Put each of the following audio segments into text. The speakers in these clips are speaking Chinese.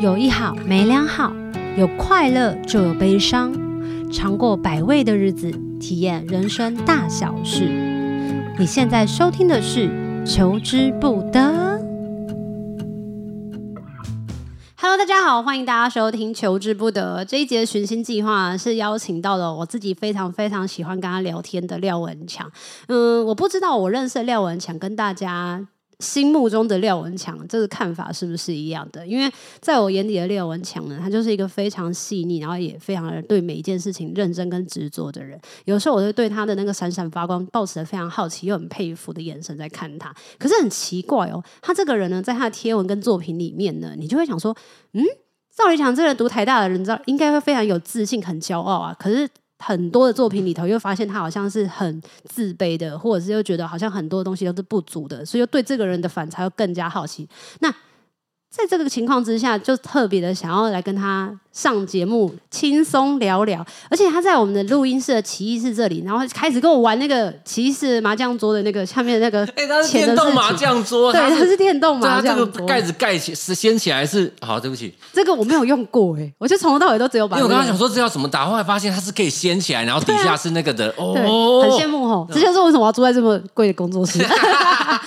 有一好没两好，有快乐就有悲伤，尝过百味的日子，体验人生大小事。你现在收听的是《求之不得》。Hello，大家好，欢迎大家收听《求之不得》这一节寻星计划是邀请到了我自己非常非常喜欢跟他聊天的廖文强。嗯，我不知道我认识的廖文强跟大家心目中的廖文强这个看法是不是一样的？因为在我眼里的廖文强呢，他就是一个非常细腻，然后也非常对每一件事情认真跟执着的人。有时候我就对他的那个闪闪发光，抱持着非常好奇又很佩服的眼神在看他。可是很奇怪哦，他这个人呢，在他的贴文跟作品里面呢，你就会想说，嗯，照理讲，这个读台大的人，知道应该会非常有自信、很骄傲啊。可是很多的作品里头，又发现他好像是很自卑的，或者是又觉得好像很多东西都是不足的，所以又对这个人的反差又更加好奇。那在这个情况之下，就特别的想要来跟他上节目，轻松聊聊。而且他在我们的录音室的奇异室这里，然后开始跟我玩那个奇异室麻将桌的那个下面那个 哎、它是钱的电动事麻情将桌，对，它它是电动对麻它将这桌。个盖子盖起是掀起来是好，对不起，啊这个我没有用过哎、我就从头到尾都只有把、因那个。为我刚刚想说这要怎么打，后来发现它是可以掀起来，然后底下是那个的，对，哦，很羡慕吼。这就是为什么我要住在这么贵的工作室。 啊，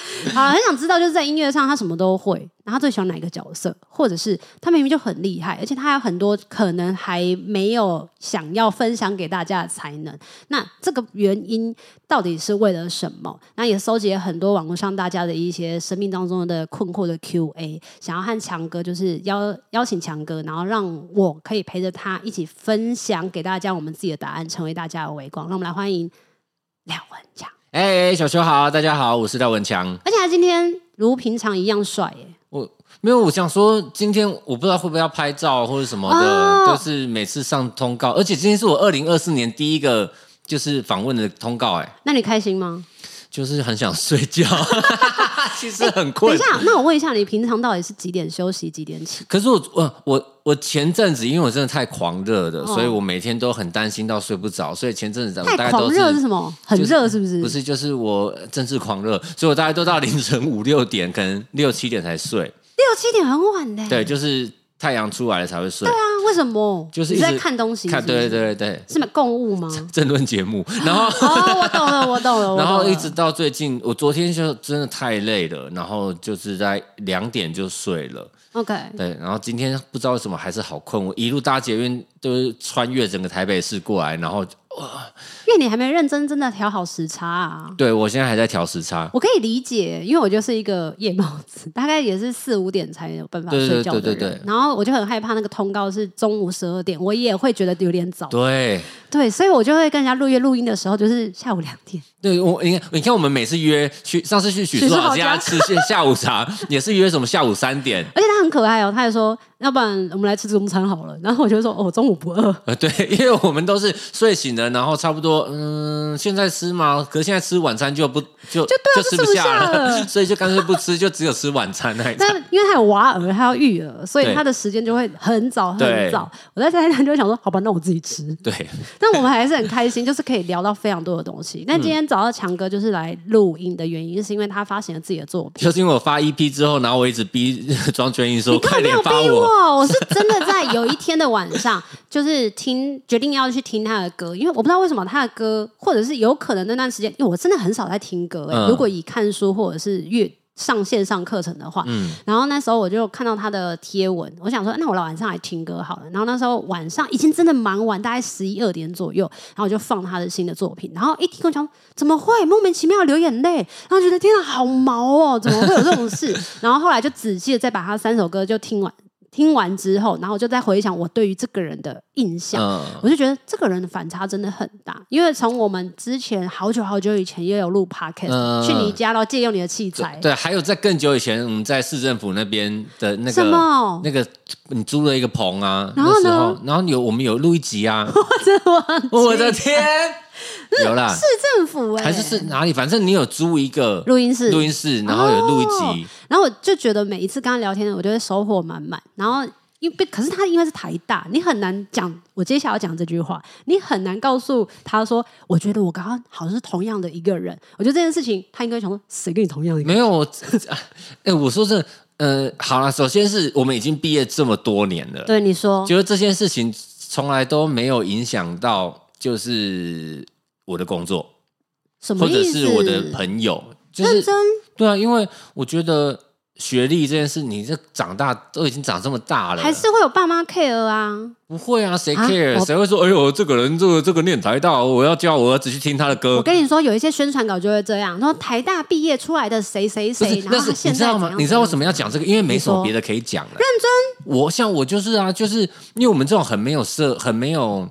很想知道就是在音乐上他什么都会，然后他最喜欢哪一个角色，或者是他明明就很厉害，而且他还有很多可能还没有想要分享给大家的才能。那这个原因到底是为了什么？那也搜集了很多网络上大家的一些生命当中的困惑的 Q&A，想要和强哥就是邀邀请强哥，然后让我可以陪着他一起分享给大家我们自己的答案，成为大家的微光。让我们来欢迎廖文强，哎、小球好，大家好，我是廖文强。而且他今天如平常一样帅耶、我没有，我想说今天我不知道会不会要拍照或者什么的，哦就是每次上通告，而且今天是我二零二四年第一个就是访问的通告、哎，那你开心吗？就是很想睡觉， 其实很等困。一下，那我问一下，你平常到底是几点休息，几点起？可是我我我我前阵子因为我真的太狂热了，哦所以我每天都很担心到睡不着，所以前阵子我大太概都狂是热是什么？很就是热是不是？不是就是我政治狂热，所以我大概都到凌晨五六点，可能六七点才睡。六七点很晚嘞、对，就是太阳出来了才会睡，啊，为什么？就是你一在直看东西是看不是对对对对，是吗？购物吗？政论节目，然后。 哦，我懂了，我懂了，我懂了然后一直到最近，我昨天就真的太累了，然后就是在两点就睡了， OK，对，然后今天不知道为什么还是好困，我一路搭捷运都是穿越整个台北市过来，然后因为你还没认真真的调好时差啊。对我现在还在调时差，我可以理解，因为我就是一个夜猫子，大概也是四五点才有办法对对睡觉的人。对对对然后我就很害怕那个通告是中午十二点，我也会觉得有点早。对。对，所以我就会跟人家录约录音的时候，就是下午两点。 对我，你看，你看，我们每次约去，上次去许许书书豪豪家家吃下下午茶，也是约什么下午三点，而且他很可爱哦，他还说，要不然我们来吃中餐好了。然后我就说，哦，我中午不饿。 呃，对，因为我们都是睡醒了，然后差不多，嗯，现在吃吗？可是现在吃晚餐就不就就对啊吃就吃不不下下了，了 所以就干脆不吃，就只有吃晚餐那一餐。但因为他有娃儿，他要育儿，所以对他的时间就会很早对很早。我在台上就想说，好吧，那我自己吃。对， 但我们还是很开心，就是可以聊到非常多的东西。但今天找到强哥就是来录音的原因，是因为他发行了自己的作品。就是因为我发 EP 之后，然后我一直逼 庄娟英说你根快本没点有逼发我，我，我是真的在有一天的晚上，就是听决定要去听他的歌，因为我不知道为什么他的歌，或者是有可能那段时间，因为我真的很少在听歌、欸嗯如果以看书或者是阅上线上课程的话，嗯，然后那时候我就看到他的贴文，我想说，那我来晚上来听歌好了。然后那时候晚上已经真的忙完，大概十一二点左右，然后我就放他的新的作品。然后一听我讲，怎么会莫名其妙流眼泪？然后觉得天啊，好毛哦，怎么会有这种事？ 然后后来就仔细的再把他三首歌就听完，听完之后，然后我就再回想我对于这个人的印象。嗯，我就觉得这个人的反差真的很大，因为从我们之前好久好久以前也有录 podcast，、嗯去你家然后借用你的器材，对，还有在更久以前，我们在市政府那边的那什个么？那个，你租了一个棚啊，然后呢那时候，然后有我们有录一集 啊，我的天，有啦，市政府哎、还是是哪里？反正你有租一个录音室哦录音室，然后有录一集，然后我就觉得每一次跟他聊天，我就会收获满满。然后因为可是他因为是台大，你很难讲。我接下来要讲这句话，你很难告诉他说，我觉得我刚刚好像是同样的一个人。我觉得这件事情，他应该想说，谁跟你同样一个人？没有，我 哎、我说真的，呃，好了，首先是我们已经毕业这么多年了，对你说，觉得这件事情从来都没有影响到，就是我的工作，什么或者意思？是我的朋友，就认是真对啊，因为我觉得学历这件事，你这长大都已经长这么大了，还是会有爸妈 care 啊？不会啊？谁啊 care？、我谁会说？哎呦，这个人这个这个念台大，我要教我儿子去听他的我歌。跟你说，有一些宣传稿就会这样，说台大毕业出来的谁谁不是谁，，然后那是他你现知在道怎吗？样你知道为什么？么要讲这个？因为没什么你说别的可以讲了。认真，我像我就是啊，就是因为我们这种很没有社、很没有、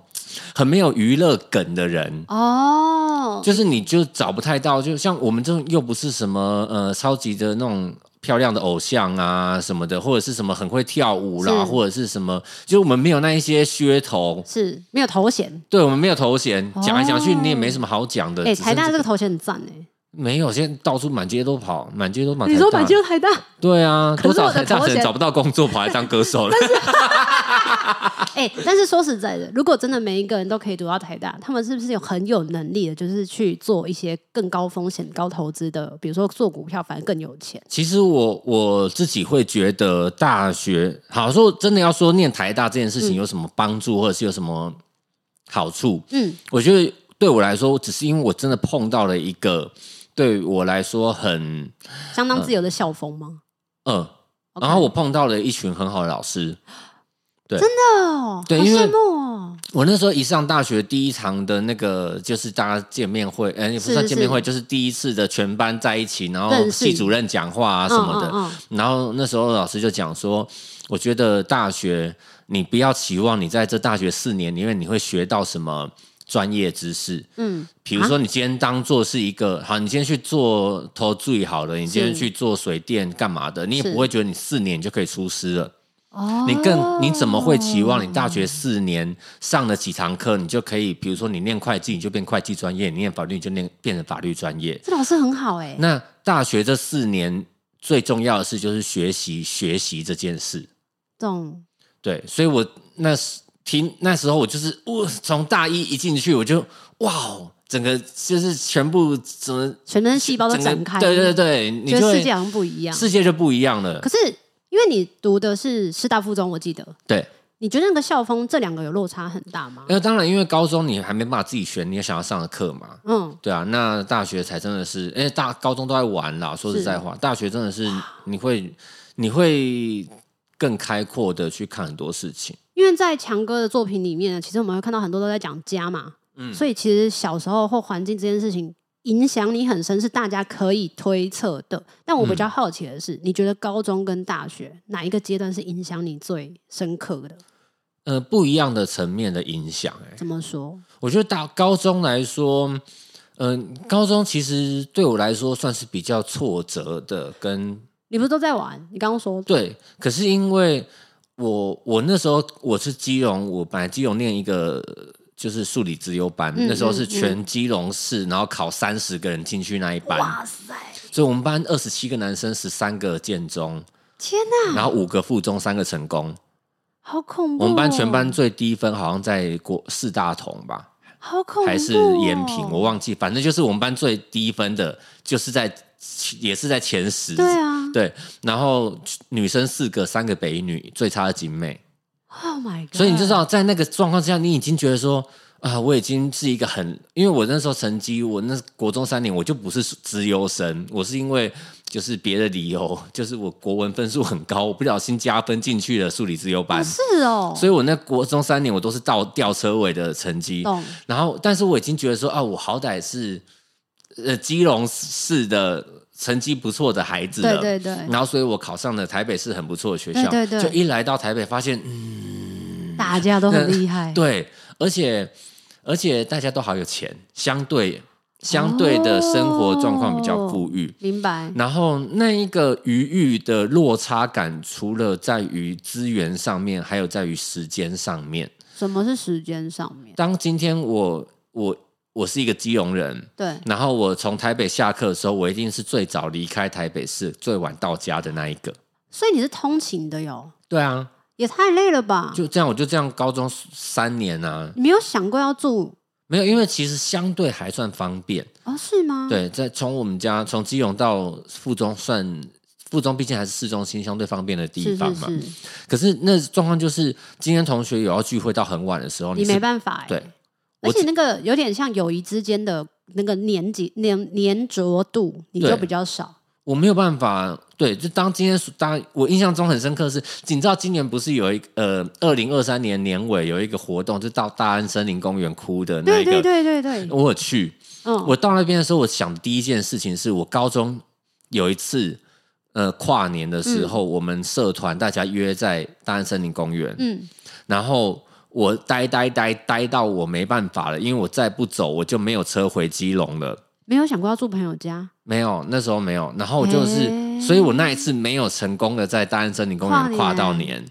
很没有娱乐梗的人，哦，就是你就找不太到，就像我们这种又不是什么呃超级的那种漂亮的偶像啊什么的，或者是什么很会跳舞啦，是或者是什么，就是我们没有那一些噱头，是没有头衔。对我们没有头衔，哦讲来讲去你也没什么好讲的。哎，只台大剩这个头衔很赞哎，没有，现在到处满街都跑，满街都跑台大。你说满街台大？对啊，可是多少我的台大头人衔找不到工作，跑来当 歌手了。 哎，但是说实在的，如果真的每一个人都可以读到台大，他们是不是有很有能力的，就是去做一些更高风险、高投资的，比如说做股票，反而更有钱？其实我我自己会觉得大学好说，真的要说念台大这件事情有什么帮助，或者是有什么好处？嗯，我觉得对我来说，只是因为我真的碰到了一个对我来说很相当自由的校风吗？呃， OK 嗯然后我碰到了一群很好的老师。哦，对好因为羡慕哦。我那时候一上大学第一场的那个就是大家见面会，哎、也不是算见面是会，就是第一次的全班在一起，然后认识系主任讲话啊什么的。嗯嗯然后那时候老师就讲说，我觉得大学你不要期望你在这大学四年里面你会学到什么专业知识，嗯，比如说你今天当做是一个、好，你今天去做投注好了，你今天是去做水电干嘛的，你也是不会觉得你四年就可以出师了。哦，你更你怎么会期望你大学四年上了几堂课，你就可以，比如说你念会计，你就变会计专业；你念法律，你就念变成法律专业。这老师很好哎、那大学这四年最重要的事就是学习，学习这件事。懂对，所以我那时听那时候我就是，我从大一一进去我就哇哦，整个就是全部怎么全身细胞都整展个开，对对，对，你觉就得会世界好像不一样。世界就不一样了可。是因为你读的是师大附中，我记得，对，你觉得那个校风这两个有落差很大吗？那当然因为高中你还没办法自己选你想要上的课嘛，嗯，对啊，那大学才真的是，因为大高中都在玩啦。说实在话，大学真的是你会你会更开阔的去看很多事情。因为在强哥的作品里面，其实我们会看到很多都在讲家嘛，嗯所以其实小时候或环境这件事情。影响你很深是大家可以推测的，但我比嗯较好奇的是，你觉得高中跟大学哪一个阶段是影响你最深刻的？呃，不一样的层面的影响、欸，怎么说？我觉得大高中来说，嗯、高中其实对我来说算是比较挫折的，跟你不是都在玩？你刚刚说对，可是因为我我那时候我是基隆，我本来基隆念一个呃就是数理资优班，嗯那时候嗯是嗯全基隆市，然后考三十个人进去那一班，塞！所以我们班二十七个男生，十三个建中，天哪，然后五个附中，三个成功。哦好恐怖、哦我们班全班最低分好像在国四大同吧，好恐怖、哦还是延平，我忘记，反正就是我们班最低分的，就是在也是在前十。对啊对然后女生四个，三个北女，最差的景美。 ，Oh my god！所以你就知道，在那个状况之下，你已经觉得说啊、我已经是一个很，因为我那时候成绩，我那国中三年我就不是资优生，我是因为就是别的理由， 就是我国文分数很高，我不小心加分进去了数理资优班，哦是哦，所以我那国中三年我都是倒吊车尾的成绩。懂然后，但是我已经觉得说啊，我好歹是呃基隆市的成绩不错的孩子了，对对对，然后，所以我考上了台北市很不错的学校，对对对就一来到台北发现。打架都很厉害，嗯对，而且而且大家都好有钱，相对相对的生活状况比较富裕。明白然后那一个余裕的落差感，除了在于资源上面，还有在于时间上面。什么是时间上面？当今天我我我是一个基隆人，对，然后我从台北下课的时候，我一定是最早离开台北市、最晚到家的那一个。所以你是通勤的哟，对啊，也太累了吧？就这样，我就这样高中三年啊，你没有想过要住没有，因为其实相对还算方便。哦？是吗？，对，在从我们家从基隆到附中算附中毕竟还是市中心相对方便的地是方是嘛。是，可是那状况就是，今天同学有要聚会到很晚的时候，你哦是没办法、欸。对，而我且只那个有点像友谊之间的那个粘结粘粘着度，你就对比较少。我没有办法，对，就当今天暑当我印象中很深刻的是，你知道今年不是有一个呃，二零二三年年尾有一个活动，就到大安森林公园哭的那对一个，对对对对，我有去。嗯，我到那边的时候，我想第一件事情是我高中有一次，呃，跨年的时候，我们社团大家约在大安森林公园，嗯，然后我待待待待到我没办法了，因为我再不走我就没有车回基隆了。没有想过要住朋友家，没有，那时候没有。然后我就是，欸所以我那一次没有成功的在大安森林公跨园年跨到年。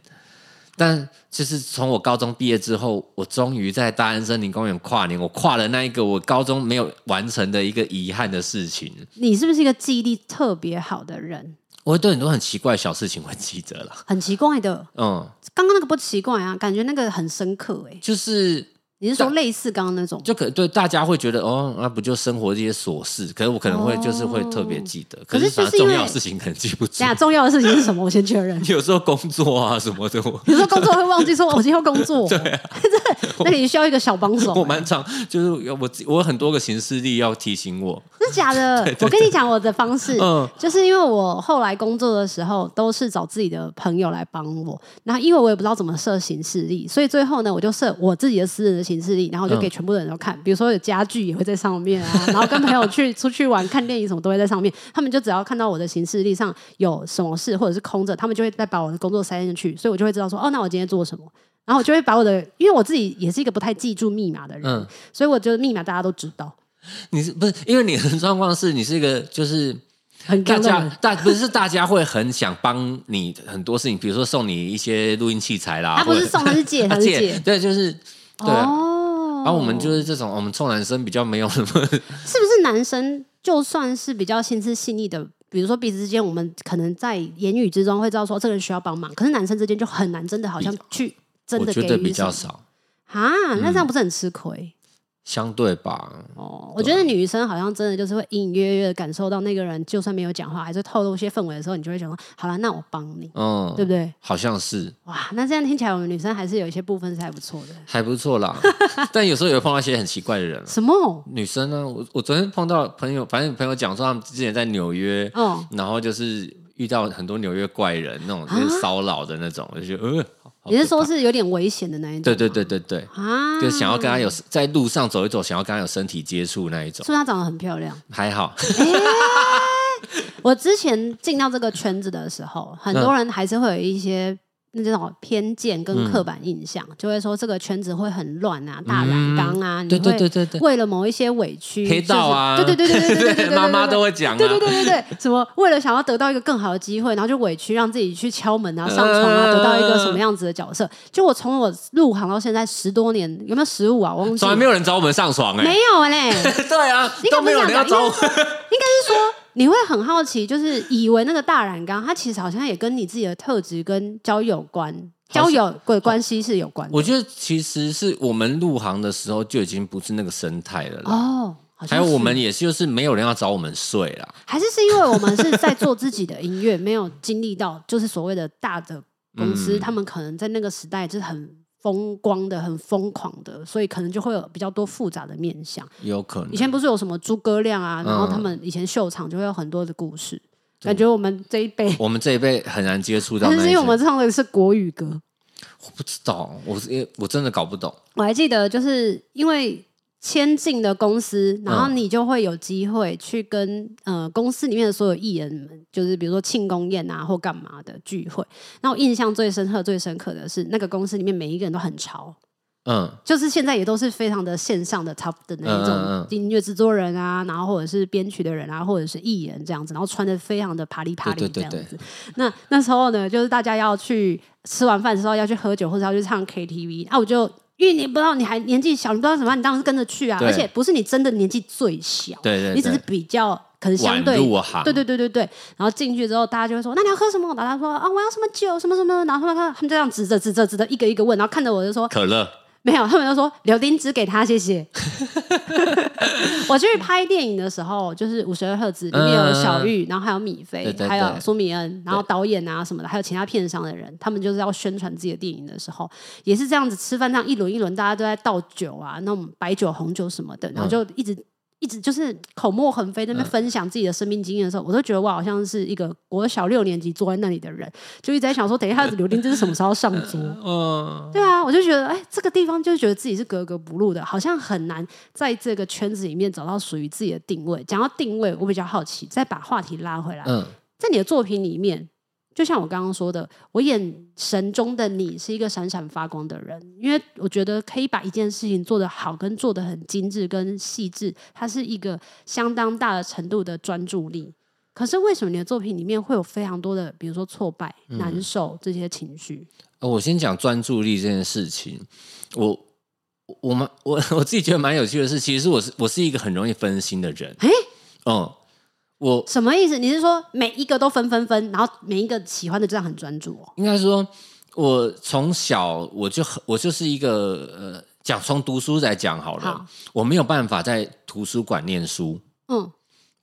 但就是从我高中毕业之后，我终于在大安森林公园跨年，我跨了那一个我高中没有完成的一个遗憾的事情。你是不是一个记忆力特别好的人？我会对很多很奇怪的小事情会记得了。很奇怪的，嗯，刚刚那个不奇怪啊，感觉那个很深刻哎、就是你是说类似刚刚那种？就可对大家会觉得哦，那不就生活这些琐事？可是我可能会就是会特别记得，哦可可是是反就而是因重为要的事情可能记不住。等。下重要的事情是什么？我先确认 有时候工作啊什么的，我你说工作会忘记说，我今天要工作， 这那你需要一个小帮手、我蛮常就是有我自我有很多个行事历要提醒我，是假 的。我跟你讲我的方式，嗯就是因为我后来工作的时候都是找自己的朋友来帮我，然后因为我也不知道怎么设行事历，所以最后呢，我就设我自己的私人的行事历，然后嗯我就给全部的人都看，比如说有家具也会在上面啊，然后跟朋友去出去玩、看电影什么都会在上面，他们就只要看到我的行事历上有什么事或者是空着，他们就会再把我的工作塞进去，所以我就会知道说，哦，那我今天做什么。然后我就会把我的，因为我自己也是一个不太记住密码的人，嗯所以我觉得密码大家都知道，你是不是因为你的状况是你是一个就是很大尴尬家。大不是大家会很想帮你很多事情，比如说送你一些录音器材啦，他不或者是送，他是借， 啊他是借。对，就是对啊。哦，然后我们就是这种，我们臭男生比较没有什么，是不是男生就算是比较心思细腻的，比如说彼此之间，我们可能在言语之中会知道说这个人需要帮忙，可是男生之间就很难真的好像去 真嗯我的给觉予得比什较嗯么少，啊，那这样不是很吃亏？相对吧。哦，我觉啊得女生好像真的就是会隐隐约约的感受到那个人，就算没有讲话，还是透露一些氛围的时候，你就会想说，好了，那我帮你，嗯，对不对？好像是哇，那这样听起来，我们女生还是有一些部分是还不错的。还不错啦，但有时候也会碰到一些很奇怪的人。啊什么？女生呢，我我昨天碰到朋友，反正朋友讲说他们之前在纽约，哦，然后就是遇到很多纽约怪人那种，啊就是骚扰的那种，我就觉得呃，好好你是说可怕是有点危险的那一种？对对对对对，啊，就想要跟他有在路上走一走，想要跟他有身体接触那一种，是不是她长得很漂亮？还好，我之前进到这个圈子的时候，很多人还是会有一些那种偏见跟刻板印象，就会说这个圈子会很乱啊，大染缸啊，你对对会对对对，为了某一些委屈，黑道啊，就是对对对对对对对对，妈妈都会讲啊，对。对对对对对，什么为了想要得到一个更好的机会，然后就委屈让自己去敲门啊、上床啊，呃得到一个什么样子的角色？就我从我入行到现在十多年，有没有十五啊？我忘记从来没有人找我们上床哎、没有嘞，对啊应，该都不没是有这人要样找我讲，。你会很好奇，就是以为那个大染缸，它其实好像也跟你自己的特质跟交友关、好像交友关关系是有关的。我觉得其实是我们入行的时候就已经不是那个生态了啦，哦，好还像有我是们也是就是没有人要找我们睡啦，还是是因为我们是在做自己的音乐，没有经历到就是所谓的大的公司，嗯他们可能在那个时代就是很风光的、很疯狂的，所以可能就会有比较多复杂的面向。有可能以。前不是有什么诸葛亮啊，然后嗯他们以前秀场就会有很多的故事，感觉我们这一辈。我们这一辈很难接触到还那是一 是些，因为我们唱的是国语歌，我不知道，我是因为我真的搞不懂。我还记得，就是因为签进的公司，然后你就会有机会去跟呃公司里面的所有艺人们，就是比如说庆功宴啊或干嘛的聚会。那我印象最深刻、最深刻的是，那个公司里面每一个人都很潮，嗯，就是现在也都是非常的线上的 top 的那一嗯嗯嗯种音乐制作人啊，然后或者是编曲的人啊，或者是艺人这样子，然后穿的非常的啪里啪对里对这对样子。那那时候呢，就是大家要去吃完饭之后要去喝酒，或者要去唱 KTV 啊，我就。因为你不知道，你还年纪小，你不知道什么，你当然是跟着去啊。对而且不是你真的年纪最小，对对对你只是比较可能相对晚入啊行对对对对对。然后进去之后，大家就会说：“那你要喝什么？”然后他说：“啊，我要什么酒，什么什么。”然后他们他们就这样指着指着指着一个一个问，然后看着我就说：“可乐没有，他们都说柳丁只给他，谢 谢。我去拍电影的时候，就是五十二赫兹里面有小玉，然后还有米菲，嗯对对对还有苏米恩，然后导演啊什么的，还有其他片商的人，他们就是要宣传自己的电影的时候，也是这样子吃饭上一轮一轮，大家都在倒酒啊，那种白酒、红酒什么的，嗯然后就一直。一直就是口沫横飞，在那边分享自己的生命经验的时候，我都觉得我好像是一个国小六年级坐在那里的人，就一直在想说，等一下柳丁这是什么时候上桌？嗯，对啊，我就觉得，哎，这个地方就觉得自己是格格不入的，好像很难在这个圈子里面找到属于自己的定位。讲到定位，我比较好奇，再把话题拉回来，嗯，在你的作品里面，就像我刚刚说的，我眼神中的你是一个闪闪发光的人，因为我觉得可以把一件事情做得好，跟做得很精致跟细致，它是一个相当大的程度的专注力。可是为什么你的作品里面会有非常多的，比如说挫败、嗯难受这些情绪？呃我先讲专注力这件事情，我。我我蛮我 我自己觉得蛮有趣的是，其实我是我是一个很容易分心的人。诶嗯，我什么意思？你是说每一个都分分分，然后每一个喜欢的这样很专注哦？应该说，我从小我就很，我就是一个呃，讲从读书来讲好了，好我没有办法在图书馆念书，嗯，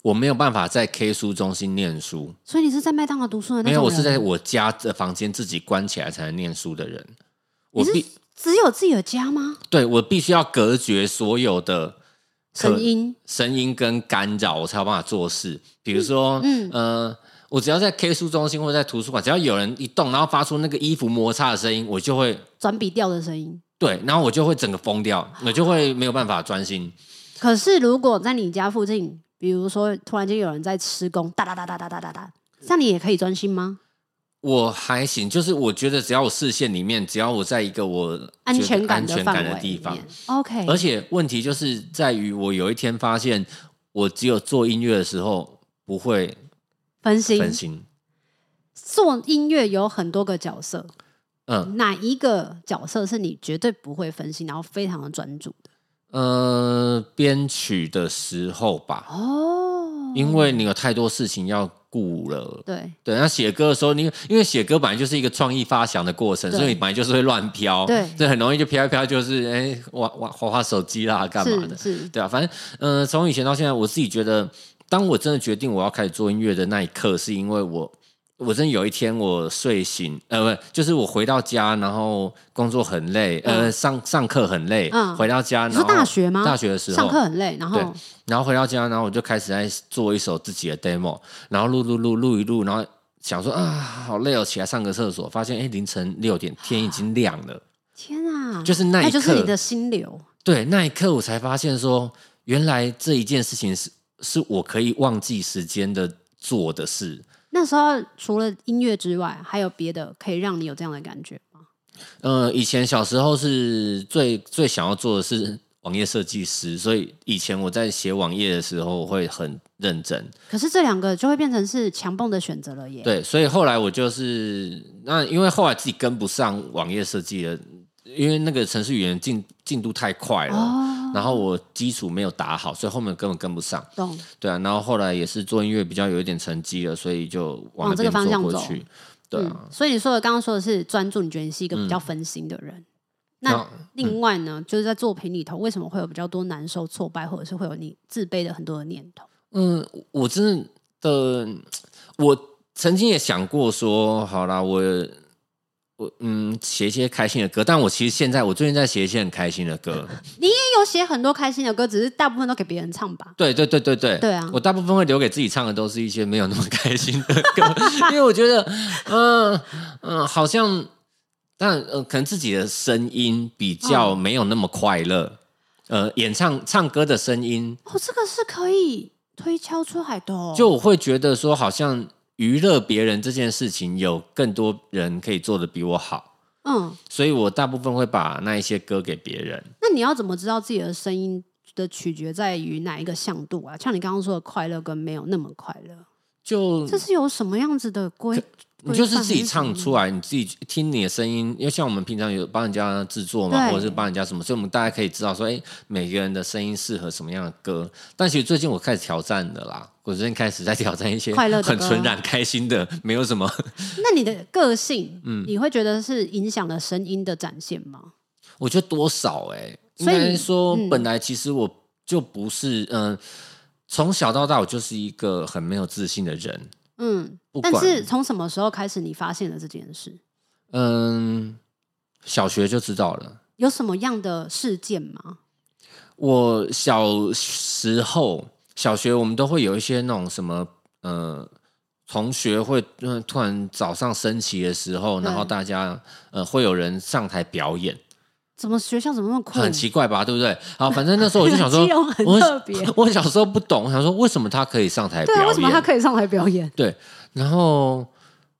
我没有办法在 K 书中心念书，所以你是在麦当劳读书的哦那没种有，人？我是在我家的房间自己关起来才能念书的人。我你是必只有自己的家吗？对我必须要隔绝所有的可声音，声音跟干扰，我才有办法做事。比如说，嗯嗯，呃，我只要在 K 书中心或者在图书馆，只要有人一动，然后发出那个衣服摩擦的声音，我就会转笔调的声音。对，然后我就会整个疯掉，我就会没有办法专心。可是如果在你家附近，比如说突然间有人在施工，哒哒哒哒哒哒哒哒，这样你也可以专心吗？我还行，就是我觉得只要我视线里面，只要我在一个我安觉得全感安全范感围的地里方面，OK，而且问题就是在于我有一天发现，我只有做音乐的时候不会分心分心。做音乐有很多个角色，嗯哪一个角色是你绝对不会分心，然后非常的专注的？呃，编曲的时候吧，哦，因为你有太多事情要顾了。对对，那写歌的时候，你因为写歌本来就是一个创意发想的过程，对所以你本来就是会乱飘，对所以很容易就飘一飘，就是哎，玩玩划划手机啦，干嘛的是？是对啊，反正嗯，呃从、以前到现在，我自己觉得，当我真的决定我要开始做音乐的那一刻，是因为我我真的有一天我睡醒，呃，不，就是我回到家，然后工作很累，呃，嗯上上课很累，嗯回到家，你然说后大学吗？大学的时候上课很累，然后对然后回到家，然后我就开始在做一首自己的 demo，然后录录录录一录，然后想说啊，好累哦，起来上个厕所，发现哎凌晨六点，天已经亮了。天啊，就是那一刻就是你的心流，对，那一刻我才发现说，原来这一件事情是是我可以忘记时间的做的事。那时候除了音乐之外，还有别的可以让你有这样的感觉吗？呃，以前小时候是最最想要做的是网页设计师，所以以前我在写网页的时候我会很认真。可是这两个就会变成是强蹦的选择了耶。对，所以后来我就是那，因为后来自己跟不上网页设计的，因为那个程序员进进度太快了，哦，然后我基础没有打好，所以后面根本跟不上。懂。对啊，然后后来也是做音乐比较有一点成绩了，所以就往往那这个边方向做过走去。对啊，嗯嗯，所以你说的刚刚说的是专注，你觉得你是一个比较分心的人。那那嗯另外呢，就是在作品里头，为什么会有比较多难受、挫败，或者是会有你自卑的很多的念头？嗯，我真的，呃我曾经也想过说，好啦，我我嗯写一些开心的歌，但我其实现在我最近在写一些很开心的歌。也有写很多开心的歌，只是大部分都给别人唱吧。对对对对对，对啊我大部分会留给自己唱的都是一些没有那么开心的歌， 因为我觉得，嗯、嗯、好像，但呃，可能自己的声音比较没有那么快乐，呃，演唱唱歌的声音，哦，这个是可以推敲出来的、哦。就我会觉得说，好像娱乐别人这件事情，有更多人可以做的比我好，嗯，所以我大部分会把那一些歌给别人。那你要怎么知道自己的声音的取决在于哪一个向度啊？像你刚刚说的快乐跟没有那么快乐，就这是有什么样子的规？你就是自己唱出来，你自己听你的声音，因为像我们平常有帮人家制作嘛，对或者是帮人家什么，所以我们大家可以知道说，哎，每个人的声音适合什么样的歌。但其实最近我开始挑战的啦，我最近开始在挑战一些快乐的很歌纯然开心的，没有什么。嗯那你的个性，你会觉得是影响了声音的展现吗？我觉得多少哎、应所以该说嗯本来其实我就不是嗯。呃从小到大，我就是一个很没有自信的人。嗯，不但管是从什么时候开始你发现了这件事？嗯，小学就知道了。有什么样的事件吗？我小时候，小学我们都会有一些那种什么，呃，同学会嗯突然早上升旗的时候，然后对大家呃会有人上台表演，怎么学校怎么那么酷？很奇怪吧，对不对？好，反正那时候我就 想说基隆，很我特别我小时候不懂，我想说为什么他可以上台对表演？啊，为什么他可以上台表演？对，然后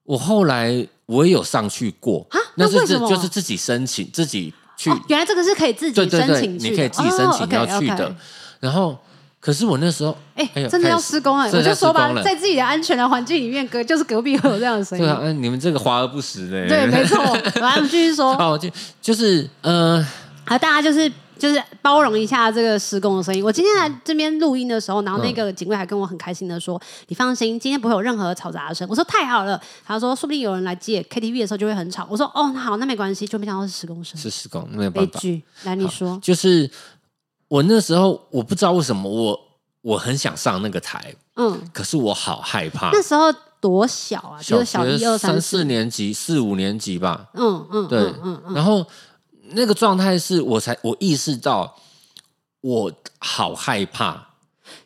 我后来我也有上去过啊那那为是自什么就是自己申请自己去哦，原来这个是可以自己对对申对，请去的，你可以自己申请要去哦的。 ，OK，OK 然后，可是我那时候，哎、呦真的要开始施工哎、真我的就要施说吧工，了。在自己的安全的环境里面，隔就是隔壁会有这样的声音 对，啊，嗯你们这个华而不实的，对，没错。来，我们继续说， 哦，就就是呃，啊，大家就是就是包容一下这个施工的声音。我今天来这边录音的时候，然后嗯那个警卫还跟我很开心的说：“你放心，今天不会有任何嘈杂的声。”我说：“太好了。”他说：“说不定有人来借 KTV 的时候就会很吵。”我说：“哦，那好，那没关系。”就没想到是施工声，是施工没有悲办法，剧。来，你说，就是我那时候我不知道为什么我我很想上那个台，嗯，可是我好害怕。那时候多小啊，就是小一学二三四四，年级、四五年级吧，嗯嗯，对嗯，嗯嗯，然后那个状态是我才我意识到我好害怕，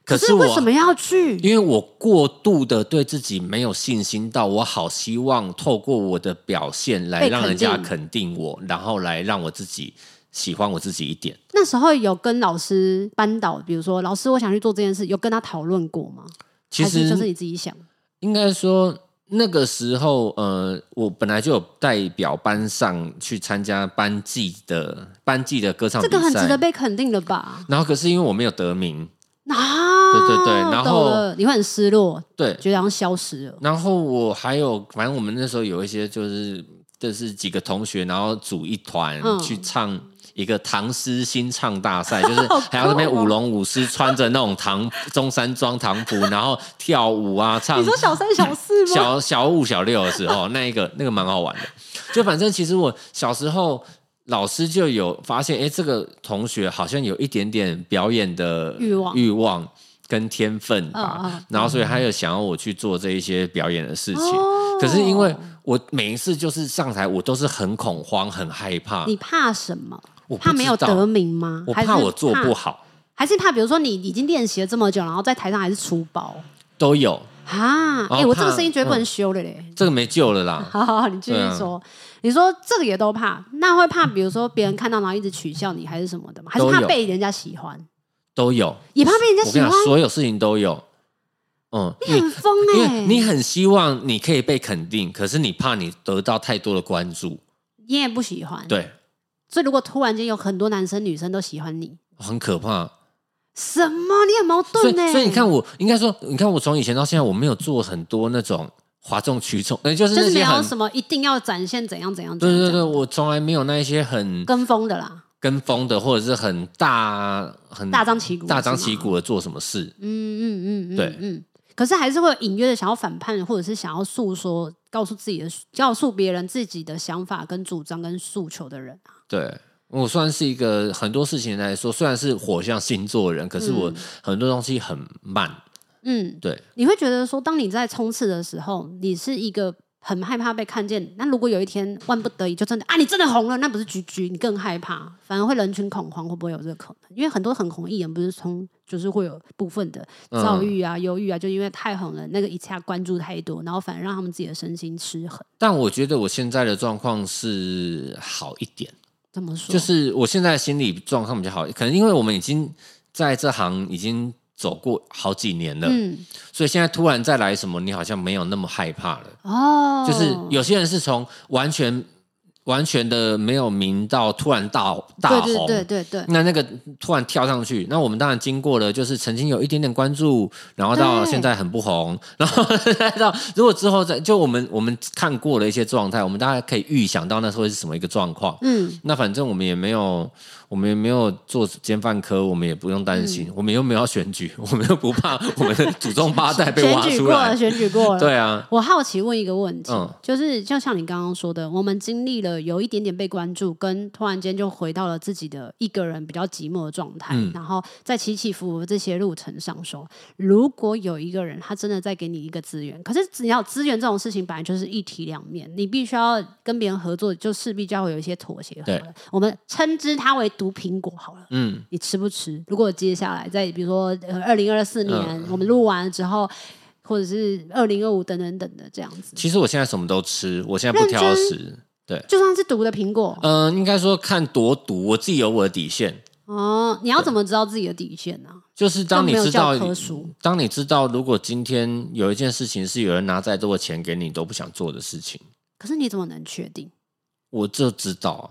可是为我什么要去？因为我过度的对自己没有信心到，我好希望透过我的表现来被让肯人家定肯定我，然后来让我自己喜欢我自己一点。那时候有跟老师班导，比如说老师，我想去做这件事，有跟他讨论过吗？其还实是就是你自己想，应该说那个时候，呃，我本来就有代表班上去参加班级的班级的歌唱这比个很值得赛，被肯定的吧？然后可是因为我没有得名，啊，对对对然后懂了你会很失落，对，觉得好像消失了。然后我还有，反正我们那时候有一些就是就是几个同学，然后组一团、嗯去唱一个唐诗新唱大赛， 就是好还要那边酷哦舞龙舞狮，穿着那种唐中山装唐服，然后跳舞啊，唱你说小三小四吗？小小五小六的时候，那一个那个蛮好玩的。就反正其实我小时候。老师就有发现，哎、这个同学好像有一点点表演的欲望欲望跟天分吧。嗯嗯然后，所以他有想要我去做这一些表演的事情。哦可是因为我每一次就是上台，我都是很恐慌、很害怕，你怕什么？我不怕没有知道得，名吗？我还是怕我做怕，不好，还是怕比如说你已经练习了这么久，然后在台上还是出包都有啊？后哎，我这个怕声音绝对不能嗯修了嘞。这个没救了 啦。好好好，你继续对啊说。你说这个也都怕，那会怕比如说别人看到然后一直取笑你，还是什么的吗？还是都怕有被人家喜欢，都有，也怕被人家我喜跟你欢讲，？所有事情都有。嗯，因为很疯因哎为！你很希望你可以被肯定，可是你怕你得到太多的关注，你也不喜欢，对，所以如果突然间有很多男生女生都喜欢你，很可怕。什么？你很矛所以盾呢、，欸所以你看我，应该说，你看我从以前到现在，我没有做很多那种哗众取宠，呃就是就那是没些有很，什么一定要展现怎样怎样怎对样对对，怎样我从来没有那一些很跟风的啦，跟风的，或者是很大很大张旗鼓，大张旗是吗。鼓的做什么事。嗯嗯嗯嗯，对嗯。可是还是会有隐约的想要反叛，或者是想要诉说，告诉自己的，告诉别人自己的想法、跟主张、跟诉求的人啊。对我算是一个很多事情来说，虽然是火象星座人，可是我很多东西很慢。嗯，对，你会觉得说，当你在冲刺的时候，你是一个很害怕被看见。那如果有一天万不得已，就真的啊，你真的红了，那不是局局，你更害怕，反而会人群恐慌，会不会有这个可能？因为很多很红艺人不是从就是会有部分的嗯躁郁啊、忧郁啊，就因为太红了，那个一下关注太多，然后反而让他们自己的身心失衡。但我觉得我现在的状况是好一点。怎么说？就是我现在心理状况比较好，可能因为我们已经在这行已经走过好几年了，嗯所以现在突然再来什么，你好像没有那么害怕了。哦，就是有些人是从完全完全的没有名到突然大大对红。对对对对，那那个突然跳上去，那我们当然经过了，就是曾经有一点点关注，然后到对现在很不红，然后 再到如果之后再就我们我们看过了一些状态，我们大概可以预想到那时候是什么一个状况。嗯，那反正我们也没有，我们也没有做尖饭科，我们也不用担心，嗯我们又没有要选举，我们又不怕我们的祖宗八 代被选挖举出过了，来。选举过了，对啊，我好奇问一个问题，嗯就是就像你刚刚说的，我们经历了得有一点点被关注，跟突然间就回到了自己的一个人比较寂寞的状态，嗯然后在起起伏伏这些路程上说，如果有一个人他真的在给你一个资源，可是只要资源这种事情本来就是一体两面，你必须要跟别人合作，就势必就要有一些妥协。对，我们称之它为毒苹果好了。嗯，你吃不吃？如果接下来在比如说呃二零二四年、嗯我们录完了之后，或者是二零二五等等等的这样子，其实我现在什么都吃，我现在不认真挑食。对，就算是毒的苹果嗯、应该说看多毒，我自己有我的底线。哦，你要怎么知道自己的底线呢、就是当你这没有知道教科书，当你知道如果今天有一件事情是有人拿再多的钱给你你都不想做的事情，可是你怎么能确定？我就知道啊。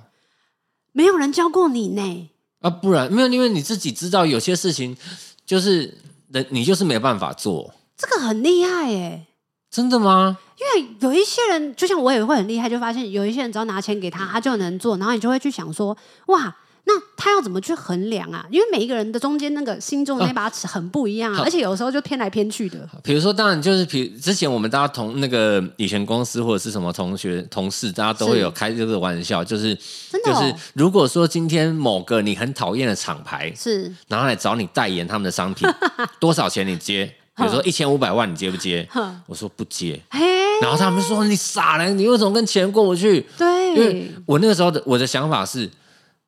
没有人教过你呢。啊，不然没有，因为你自己知道有些事情就是人，你就是没办法做，这个很厉害耶、真的吗？因为有一些人，就像我也会很厉害，就发现有一些人只要拿钱给他，他就能做，然后你就会去想说，哇，那他要怎么去衡量啊？因为每一个人的中间那个心中的那把尺很不一样啊，啊好而且有时候就偏来偏去的。比如说，当然就是，比之前我们大家同那个以前公司或者是什么同学同事，大家都会有开这个玩笑，就是真的就哦是如果说今天某个你很讨厌的厂牌，是，然后来找你代言他们 的商品，多少钱你接？比如说一千五百万，你接不接哼？我说不接。嘿，然后他们说你傻了，你为什么跟钱过不去？因为对，我那个时候的我的想法是，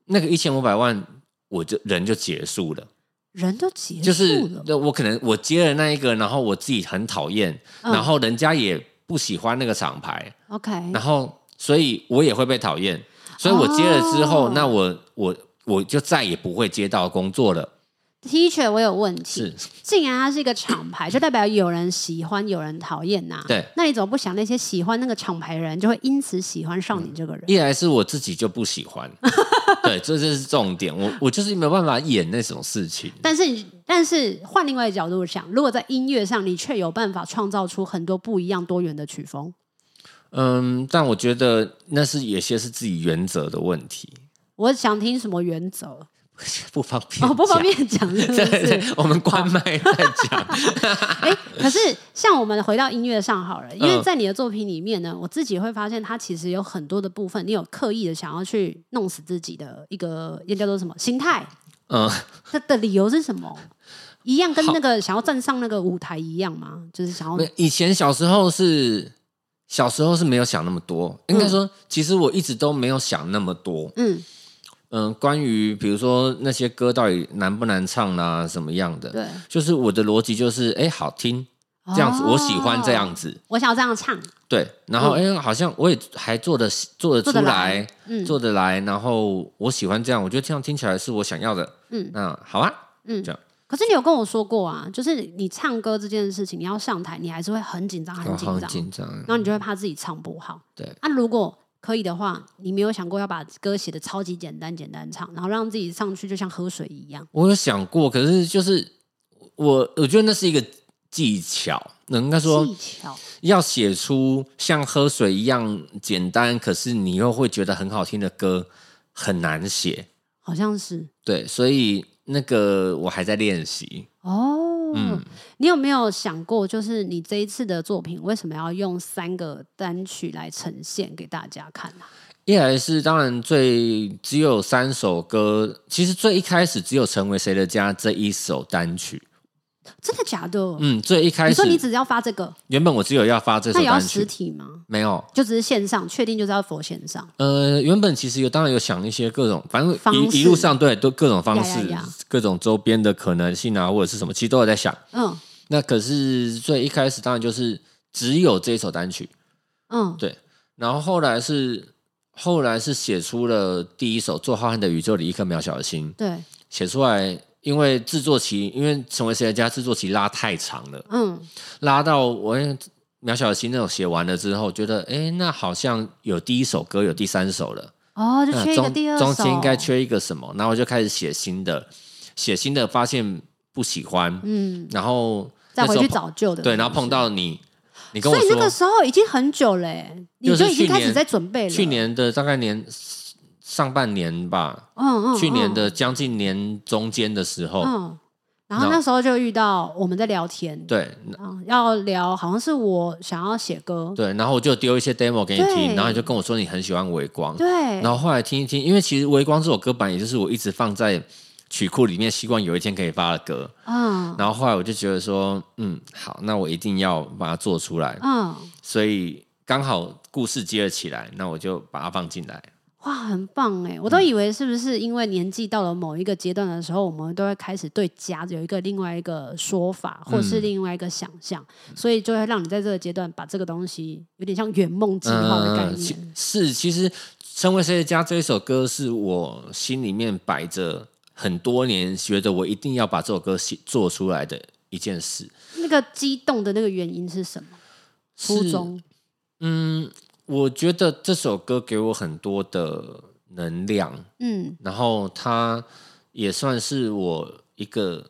那个一千五百万，我就人就结束了，人都结就束是了，那我可能我接了那一个，然后我自己很讨厌，嗯然后人家也不喜欢那个厂牌， OK，然后所以我也会被讨厌，所以我接了之后，哦那我我我就再也不会接到工作了， T 恤我有问题，是既然它是一个厂牌，就代表有人喜欢，有人讨厌呐。对，那你怎么不想那些喜欢那个厂牌的人，就会因此喜欢上嗯你这个人？一来是我自己就不 喜欢，对，这就是重点，我我就是没有办法演那种事情。但是你，但是换另外一个角度想，如果在音乐上，你却有办法创造出很多不一样、多元的曲风，嗯，但我觉得那是有些是自己原则的问题，我想听什么原则？不方便。 哦，不方。便讲，是不对是？对，我们关麦再 讲。哎，可是像我们回到音乐上好了，因为嗯在你的作品里面呢，我自己会发现它其实有很多的部分，你有刻意的想要去弄死自己的一个，也叫做什么心态？嗯，它的理由是什么？一样跟那个想要站上那个舞台一样吗？就是想要没以前小时候是小时候是没有想那么多，应该说，其实我一直都没有想那么多。嗯，嗯，关于比如说那些歌到底难不难唱啦、啊，什么样的，对，就是我的逻辑就是，哎，好听，这样子，我喜欢这哦，样子。我想要这样唱，对，然后哎、诶好像我也还做得做得嗯做出得来来，嗯做得来，然后我喜欢这样，我觉得这样听起来是我想要的，嗯那好啊，嗯这样，可是你有跟我说过啊，就是你唱歌这件事情，你要上台，你还是会很紧张，啊很我紧好张，哦紧张，然后你就会怕自己唱不好。嗯对，那、如果可以的话，你没有想过要把歌写的超级简单，简单唱，然后让自己上去就像喝水一样。我有想过，可是就是我我觉得那是一个技巧，那应该说技巧要写出像喝水一样简单，可是你又会觉得很好听的歌很难写，好像是对，所以那个我还在练习，哦。嗯你有没有想过，就是你这一次的作品为什么要用三个单曲来呈现给大家看啊？一来是当然最只有三首歌，其实最一开始只有《成为谁的家》这一首单曲，真的假的？嗯，最一开你始说你只要发这个，原本我只有要发这那首也要单实曲，体吗？没有，就只是线上，确定就是要佛线上。呃，原本其实有当然有想一些各种，反方正式一一路上对都各种方式呀呀呀各种周边的可能性啊，或者是什么，其实都有在想。嗯那可是最一开始当然就是只有这一首单曲，嗯，对，然后后来是后来是写出了第一首《做浩瀚的宇宙里一颗渺小的心》。对，写出来，因为制作期，因为成为谁的家制作期拉太长了，嗯拉到我因为渺小的心那种写完了之后，觉得哎，诶那好像有第一首歌，有第三首了，哦，就那缺一个中第二中首，间应该缺一个什么，然后我就开始写新的，写新的发现不喜欢，嗯，然后再那回时候去碰找旧的。对，然后碰到你，你跟我所以那个说时候已经很久了欸，你就是就已经去开始年在准备了。去，年的大概年上半年吧，嗯嗯，去年嗯，的将近年中间的时候，嗯，然后那时候就遇到我们在聊天，对嗯，要聊好像是我想要写歌，对，然后我就丢一些 demo 给你听，对然后你就跟我说你很喜欢微光，对，然后后来听一听，因为其实微光这首歌版也就是我一直放在曲库里面，希望有一天可以发的歌，嗯然后后来我就觉得说，嗯，好，那我一定要把它做出来，嗯，所以刚好故事接了起来，那我就把它放进来。哇，很棒哎！我都以为是不是因为年纪到了某一个阶段的时候，我们都会开始对家有一个另外一个说法，嗯或是另外一个想象，所以就会让你在这个阶段把这个东西有点像圆梦计划的概嗯念。其是，其实《成为谁的家》这一首歌是我心里面摆着很多年，觉得我一定要把这首歌写做出来的一件事。那个激动的那个原因是什么？初是衷嗯，我觉得这首歌给我很多的能量，嗯然后它也算是我一个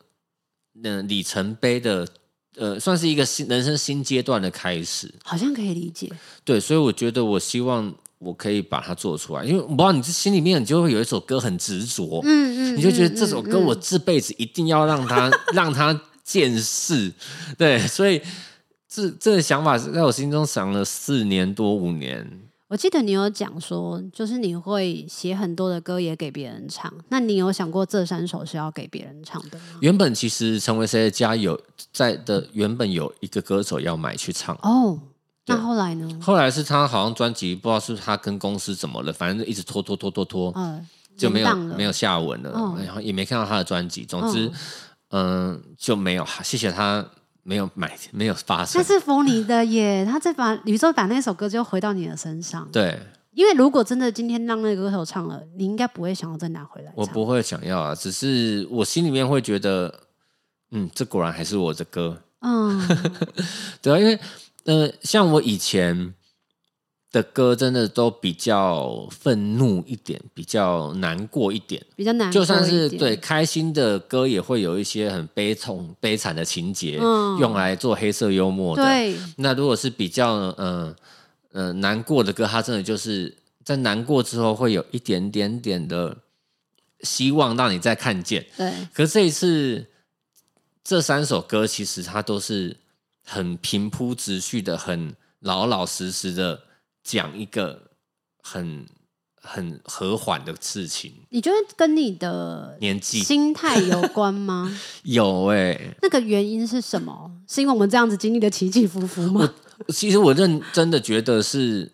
嗯、呃里程碑的。呃，算是一个新人生新阶段的开始，好像可以理解。对，所以我觉得我希望我可以把它做出来，因为我不知道你这心里面你就会有一首歌很执着，嗯嗯，你就觉嗯得这首嗯歌我这辈子一定要让它让它见识，对，所以这这个想法是在我心中想了四年多五年，我记得你有讲说，就是你会写很多的歌也给别人唱，那你有想过这三首是要给别人唱的吗？原本其实成为谁的家有在的原本有一个歌手要买去唱，哦，那对后来呢？后来是他好像专辑不知道是不是他跟公司怎么了，反正一直拖拖拖拖拖，嗯，就没延有宕了哦没有下文了，哎嗯然后也没看到他的专辑。总之，嗯、就没有。谢谢他没有买，没有发那生。是佛尼的耶，他再把宇宙把那首歌就回到你的身上。对因为如果真的今天让那个歌手唱了，你应该不会想要再拿回来唱。我不会想要啊，只是我心里面会觉得，嗯，这果然还是我的歌。嗯对啊，因为呃，像我以前的歌，真的都比较愤怒一点，比较难过一点。比较难，就算是对，开心的歌，也会有一些很悲痛、悲惨的情节，嗯用来做黑色幽默的。对，那如果是比较嗯嗯、呃难过的歌，它真的就是在难过之后会有一点点点的希望让你再看见。对，可是这一次这三首歌其实它都是很平铺直叙的，很老老实实的讲一个很很和缓的事情。你觉得跟你的年纪 心态有关吗？有哎、那个原因是什么？是因为我们这样子经历的起起伏伏吗？其实我认真的觉得是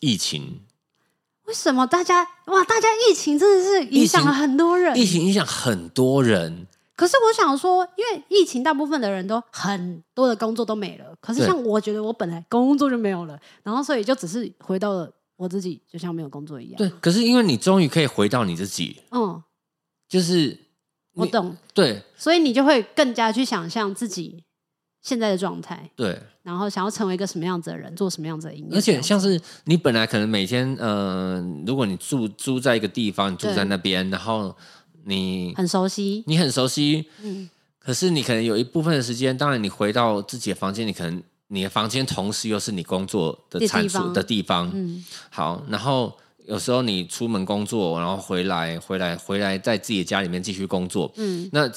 疫情。为什么大家哇，大家疫情真的是影响了很多人疫。情影响很多人，可是我想说，因为疫情，大部分的人都很多的工作都没了。可是对像我觉得，我本来工作就没有了，然后所以就只是回到了我自己，就像没有工作一样。对，，可是因为你终于可以回到你自己，嗯，就是我你懂。对所以你就会更加去想象自己现在的状态，对，然后想要成为一个什么样子的人，做什么样子的音乐。而且像是你本来可能每天，呃，如果你住住在一个地方，你住对在那边，然后你很熟悉，你很熟悉，嗯，可是你可能有一部分的时间，当然你回到自己的房间，你可能你的房间同时又是你工作的的产地出方的地方，嗯好，然后有时候你出门工作，然后回来回来回来在自己的家里面继续工作，嗯那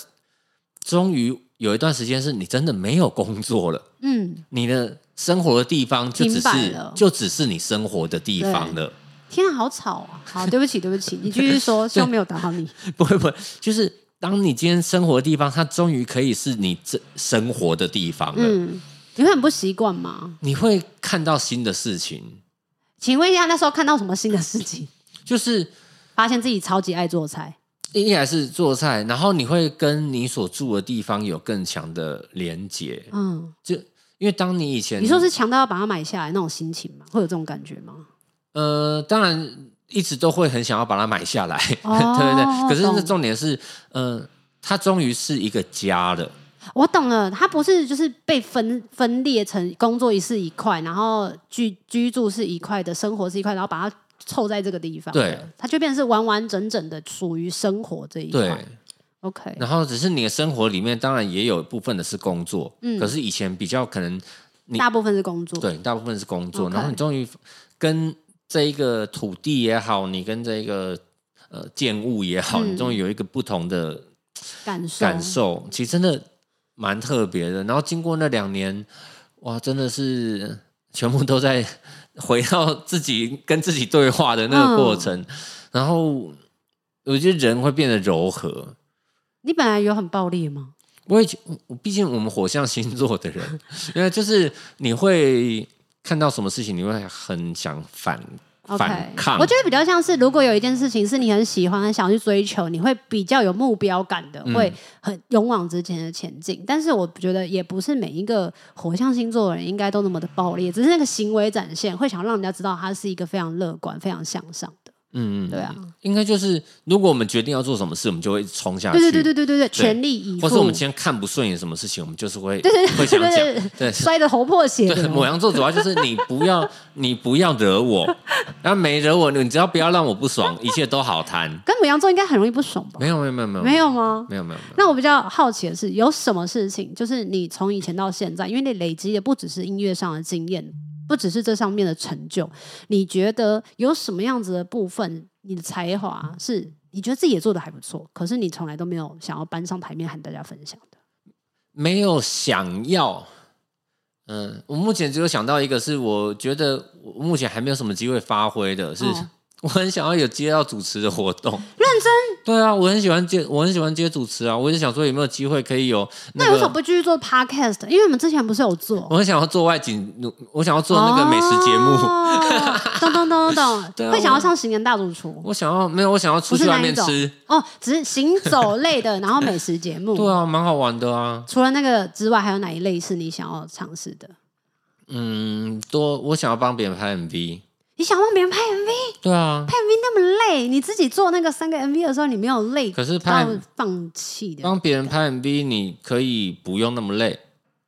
终于有一段时间是你真的没有工作了，嗯，你的生活的地方就只停摆是了就只是你生活的地方了，天啊，好吵啊！好，对不起，对不起，你继续 说，希望没有打扰你。不会不会，就是当你今天生活的地方，它终于可以是你这生活的地方了，嗯，你会很不习惯吗？你会看到新的事情，请问一下，那时候看到什么新的事情？就是。发现自己超级爱做菜，一来是做菜，然后你会跟你所住的地方有更强的连接，嗯，就因为当你以前你说是强到要把它买下来那种心情吗？会有这种感觉吗？呃，当然一直都会很想要把它买下来，哦 对对对。可是那懂重点是，呃，它终于是一个家了，我懂了，它不是就是被分分裂成工作一是一块，然后居居住是一块的，生活是一块，然后把它凑在这个地方，对，它就变成是完完整整的属于生活这一对块。。OK，然后只是你的生活里面，当然也有部分的是工作，嗯可是以前比较可能你大部分是工作，对大部分是工作， OK 然后你终于跟这一个土地也好，你跟这一个呃建物也好，嗯啊你终于有一个不同的。感受，感受，其实真的蛮特别的。然后经过那两年，哇，真的是全部都在回到自己跟自己对话的那个过嗯程。然后我觉得人会变得柔和。你本来有很暴力吗？我也觉我毕竟我们火象星座的 人，因为就是你会看到什么事情，你会很想反 OK，反抗。我觉得比较像是，如果有一件事情是你很喜欢、很想去追求，你会比较有目标感嗯的，会很勇往直前的前进。但是我觉得也不是每一个火象星座的人应该都那么的暴烈，只是那个行为展现会想让人家知道他是一个非常乐观、非常向上的。嗯嗯，对啊，应该就是如果我们决定要做什么事，我们就会冲下去。对对对对对对对，全力以赴。或是我们今天看不顺眼什么事情，我们就是会会想讲，对对对摔得头破血对，母流。羊座主要就是你不要你不要惹我， 然后没惹我，你只要不要让我不爽，一切都好谈。跟母羊座应该很容易不爽吧？没有没有没有没有没有吗？没有没有没有，那我比较好奇的是，有什么事情就是你从以前到现在，因为你累积的不只是音乐上的经验，不只是这上面的成就，你觉得有什么样子的部分，你的才华是你觉得自己也做的还不错，可是你从来都没有想要搬上台面和大家分享的？没有想要。嗯，我目前只有想到一个，是我觉得我目前还没有什么机会发挥的，是哦 我很想要有接到主持的活动。认真？对啊，我很喜欢接，我很喜欢接主持啊。我就想说，有没有机会可以有那那个为什么不继续做 podcast？因为我们之前不是有做。我很想要做外景，我想要做那个美食节目。 哦，懂懂懂懂对懂，啊会想要上十年大主厨我想要没有，我想要出不是去那外一面种吃。哦，只是行走类的，然后美食节 目。对啊，蛮好玩的啊。除了那个之外，还有哪一类是你想要尝试的？嗯，多我想要帮别人拍 MV。你想帮别人拍 MV，对啊，拍 MV 那么累，你自己做那个三个 MV 的时候，你没有累，可是拍到放弃的。帮别人拍 MV，你可以不用那么累，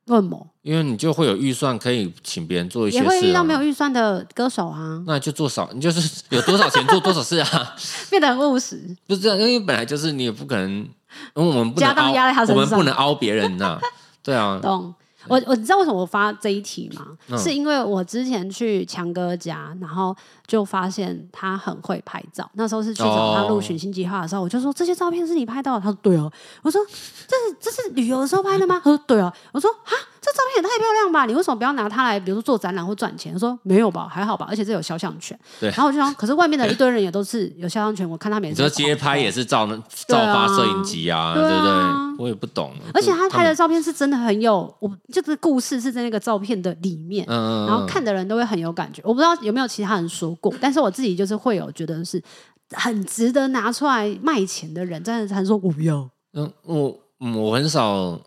问某因为你就会有预算可以请别人做一些也事、啊。会遇到没有预算的歌手啊， 那就做少， 你就是有多少钱做多少事啊， 变得很务实。不是这样，因为本来就是你也不可能，因为我们不能家当凹压在他身我们上不能凹别人呐、 对啊，懂。我我你知道为什么我发这一题吗？嗯是因为我之前去强哥家，然后就发现他很会拍照。那时候是去找他录哦寻星计划的时候，我就说这些照片是你拍到的。他说对哦、我说这是这是旅游的时候拍的吗？他说对哦、我说啊，这照片也太漂亮吧！你为什么不要拿它来，比如说做展览或赚钱？他说没有吧，还好吧，而且这有肖像权。对然后我就想，可是外面的一堆人也都是有肖像权，我看他每你次说都街拍也是照那对照啊发摄影机啊，对对啊不对？我也不懂，而且他就拍的们照片是真的很有，我就是故事是在那个照片的里面，嗯嗯嗯然后看的人都会很有感觉。我不知道有没有其他人说过，但是我自己就是会有觉得是很值得拿出来卖钱的人，真的是他说我不要，嗯，我嗯我很少，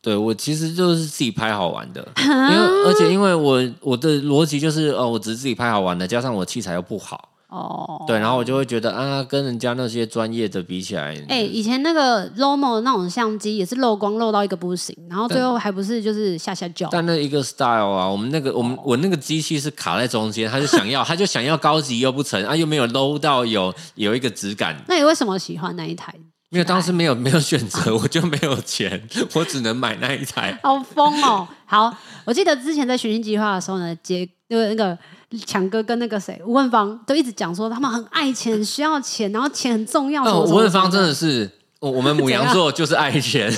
对我其实就是自己拍好玩的，因啊为而且因为我我的逻辑就是哦，我只是自己拍好玩的，加上我器材又不好，哦，对，然后我就会觉得啊，跟人家那些专业的比起来，哎、以前那个 Lomo 那种相机也是漏光漏到一个不行，然后最后还不是就是下下叫，但那一个 style 啊，我们那个我哦们我那个机器是卡在中间，他就想要他就想要高级又不成啊，又没有 low 到有有一个质感，那你为什么喜欢那一台？因为当时没有没有选择，我就没有钱，我只能买那一台。好疯哦！好，我记得之前在寻星计划的时候呢，杰呃那个强哥跟那个谁吴文芳都一直讲说他们很爱钱，很需要钱，然后钱很重要。什么嗯，吴文芳，什真么什么的是我我们母怎羊样座就是爱 钱。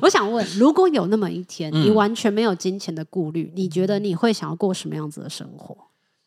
我想问，如果有那么一天，嗯你完全没有金钱的顾虑，你觉得你会想要过什么样子的生活？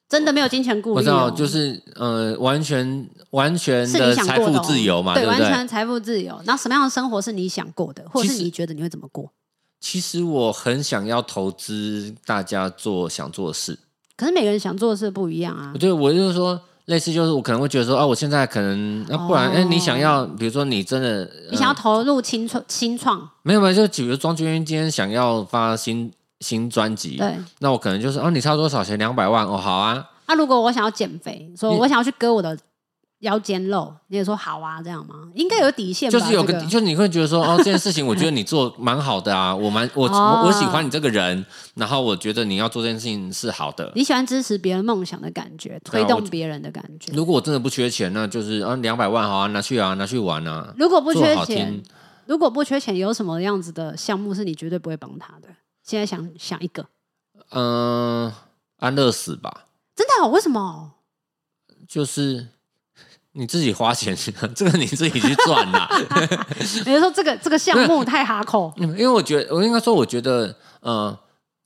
真的没有金钱顾虑哦、我知道，就是呃，完全完全是的你想财过富的、哦、自由嘛，对不完对？全财富自由。然后什么样的生活是你想过的，或者其是实你觉得你会怎么过？其实我很想要投资大家做想做的事，可是每个人想做的事不一样啊我。觉得我就是说。类似就是我可能会觉得说啊，我现在可能那、不然哦哎、你想要比如说你真的、你想要呃投入新创新创，没有没有，就比如庄君今天想要发新新专辑，对。那我可能就是啊，你差多少钱？两百万哦，好啊，那、如果我想要减肥，说你我想要去割我的腰间肉，你也说好啊，这样吗？应该有底线吧？就是有个，这个、就是你会觉得说，哦，这件事情我觉得 你做蛮好的啊，我蛮我、哦我我喜欢你这个人，然后我觉得你要做这件事情是好的。你喜欢支持别人梦想的感觉，啊推动别人的感觉。如果我真的不缺钱，那就是啊两百万好啊，拿去啊，拿去玩啊。如果不缺做好钱听，如果不缺钱，有什么样子的项目是你绝对不会帮他的？现在想想一个，呃嗯、安乐死吧，真的、哦？为什么？就是你自己花钱，这个你自己去赚啦、比如说这个这个项目太哈口， 嗯，因为我觉得，我应该说，我觉得，呃，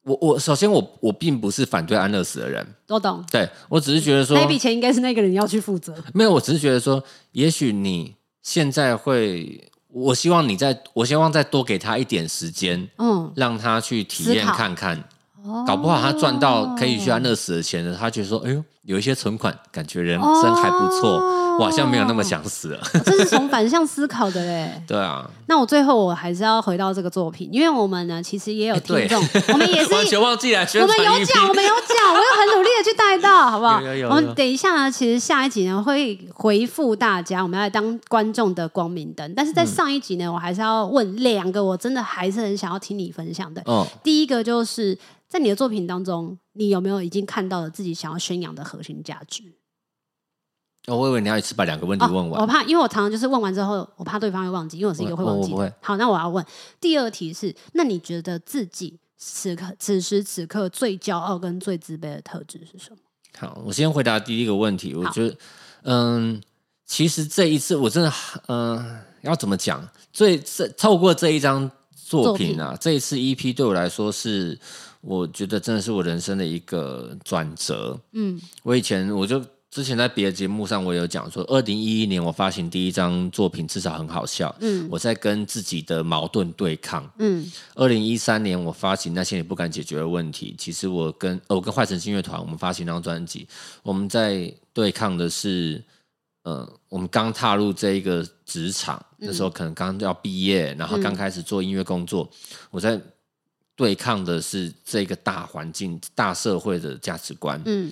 我我首先我我并不是反对安乐死的人，我懂。对我只是觉得说那一笔钱应该是那个人要去负责。没有，我只是觉得说，也许你现在会，我希望你再，我希望再多给他一点时间，嗯，让他去体思验考看看，哦搞不好他赚到可以去安乐死的钱了，他觉得说，哎呦，有一些存款，感觉人生还不错，哦我好像没有那么想死了， 这是从反向思考的嘞。对啊，那我最后我还是要回到这个作品，因为我们呢其实也有哎对听众， 我们也是完全忘记了宣 我们传有一批，讲，我们有讲，我又很努力的去带 到，好不好？有有有有我们等一下呢，其实下一集呢会回复大家，我们要来当观众的光明灯。但是在上一集呢，我还是要问两个，我真的还是很想要听你分享的。嗯。第一个就是在你的作品当中，你有没有已经看到了自己想要宣扬的核心价值？哦我以为你要一次把两个问题哦问完，我怕，因为我常常就是问完之后，我怕对方会忘记，因为我是一个会忘记我我不的会。好，那我要问第二题是：那你觉得自己此刻此时此刻最骄傲跟最自卑的特质是什么？好，我先回答第一个问题。我好觉得，嗯，其实这一次我真的，嗯，要怎么讲？最这透过这一张作品啊，这一次 EP 对我来说是，我觉得真的是我人生的一个转折。嗯，我以前我就之前在别的节目上我有讲说，二零一一年我发行第一张作品，至少很好笑。嗯我在跟自己的矛盾对抗。嗯二零一三年我发行那些你不敢解决的问题，其实我跟、呃我跟坏神星乐团我们发行那张专辑，我们在对抗的是，呃，我们刚踏入这一个职场，那时候可能刚要毕业，然后刚开始做音乐工作，我在对抗的是这个大环境、大社会的价值观。嗯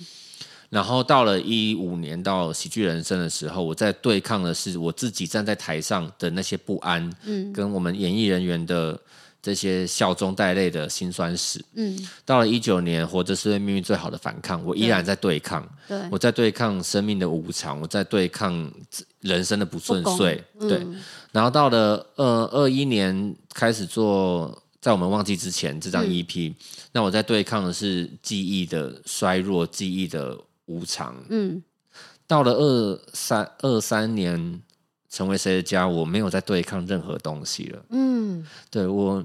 然后到了一五年到喜剧人生的时候，我在对抗的是我自己站在台上的那些不安，嗯跟我们演艺人员的这些笑中带泪的辛酸史。嗯，到了一九年，《活着是对命运最好的反抗》，我依然在对嗯抗，对，我在对抗生命的无常，我在对抗人生的不嗯顺遂。不公对，然后到了呃二一年开始做。在我们忘记之前，这张 EP，、那我在对抗的是记忆的衰弱、记忆的无常。嗯到了二三二三年，成为谁的家，我没有在对抗任何东西了。嗯对我，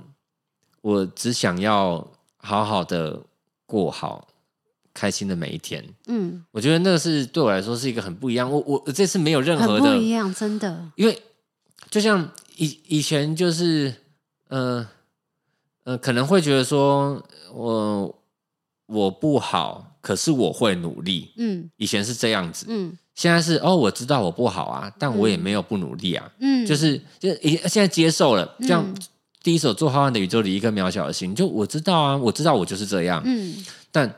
我只想要好好的过好开心的每一天。嗯，我觉得那个是对我来说是一个很不一样。我我我这次没有任很何不的，一样，真的。因为就像以以前就是，呃呃，可能会觉得说我我不好，可是我会努力。嗯以前是这样子，嗯现在是哦，我知道我不好啊，但我也没有不努力啊。嗯，就是就已现在接受了，嗯像第一首《做浩瀚的宇宙里一颗渺小的心》，就我知道啊，我知道我就是这样，嗯，但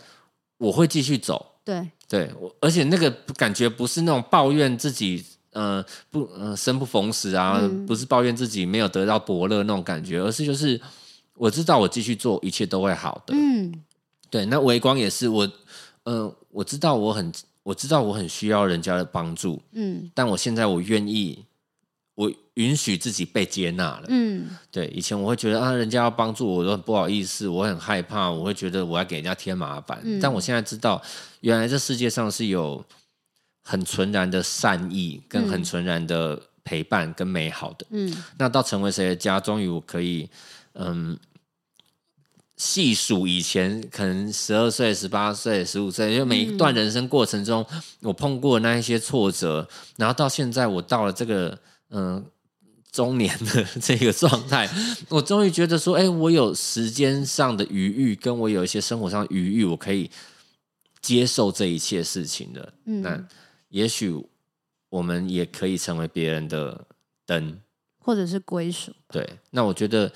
我会继续走。对，对，我而且那个感觉不是那种抱怨自己，呃，不，呃，生不逢时啊，嗯不是抱怨自己没有得到伯乐那种感觉，而是就是我知道我继续做，一切都会好的。嗯对，那微光也是我，呃，我知道我很，我知道我很需要人家的帮助，嗯但我现在我愿意，我允许自己被接纳了。嗯对，以前我会觉得啊，人家要帮助我，我都很不好意思，我很害怕，我会觉得我要给人家添麻烦。嗯但我现在知道，原来这世界上是有很纯然的善意，跟很嗯纯然的陪伴跟美好的。嗯那到成为谁的家，终于我可以，嗯，细数以前可能十二岁、十八岁、十五岁，就每一段人生过程中，我碰过的那一些挫折，然后到现在我到了这个嗯、中年的这个状态， 我终于觉得说，哎、我有时间上的余裕，跟我有一些生活上的余裕，我可以接受这一切事情了。那嗯，也许我们也可以成为别人的灯。或者是归属。对，那我觉得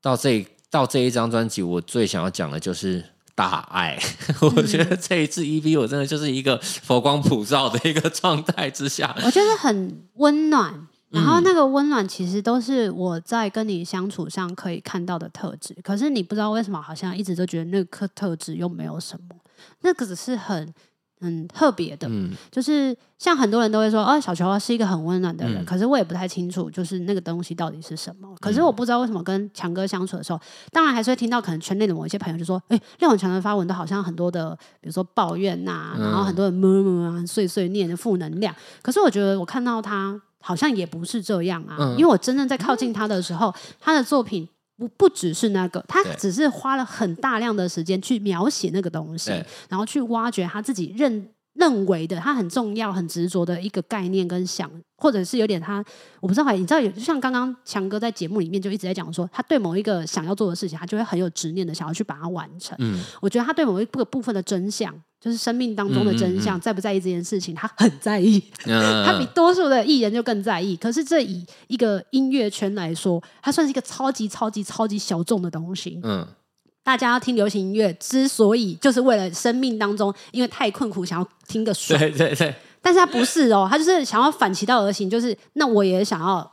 到这一到这一张专辑，我最想要讲的就是大爱。 我觉得这一次 EP 我真的就是一个佛光普照的一个状态之下，我觉得很温 暖。然嗯后那个温暖其实都是我在跟你相处上可以看到的特质，可是你不知道为什么，好像一直都觉得那个特质又没有什么，那个只是很很特别的，嗯就是像很多人都会说，哦、小球是一个很温暖的嗯人，可是我也不太清楚，就是那个东西到底是什么。可嗯是我不知道为什么跟强哥相处的时候，当然还是会听到可能圈内的某一些朋友就说，哎、廖永强的发文都好像很多的，比如说抱怨呐、然嗯后很多的 murmur 啊、碎碎念的负能量。可是我觉得我看到他好像也不是这样啊，嗯因为我真正在靠近他的时候，他的作品。不不只是那个，他对只是花了很大量的时间去描写那个东西对，然后去挖掘他自己认认为的他很重要、很执着的一个概念跟想，或者是有点他我不知道，你知道有就像刚刚强哥在节目里面就一直在讲说，他对某一个想要做的事情，他就会很有执念的想要去把它完成。嗯我觉得他对某一个部分的真相，就是生命当中的真相，在不在意这件事情，他很在意。他比嗯嗯，多数的艺人就更在意。可是这以一个音乐圈来说，它算是一个超级超级超级小众的东西。嗯，大家要听流行音乐，之所以就是为了生命当中因为太困苦，想要听个爽。对对对，但是他不是哦，他就是想要反其道而行，就是那我也想要。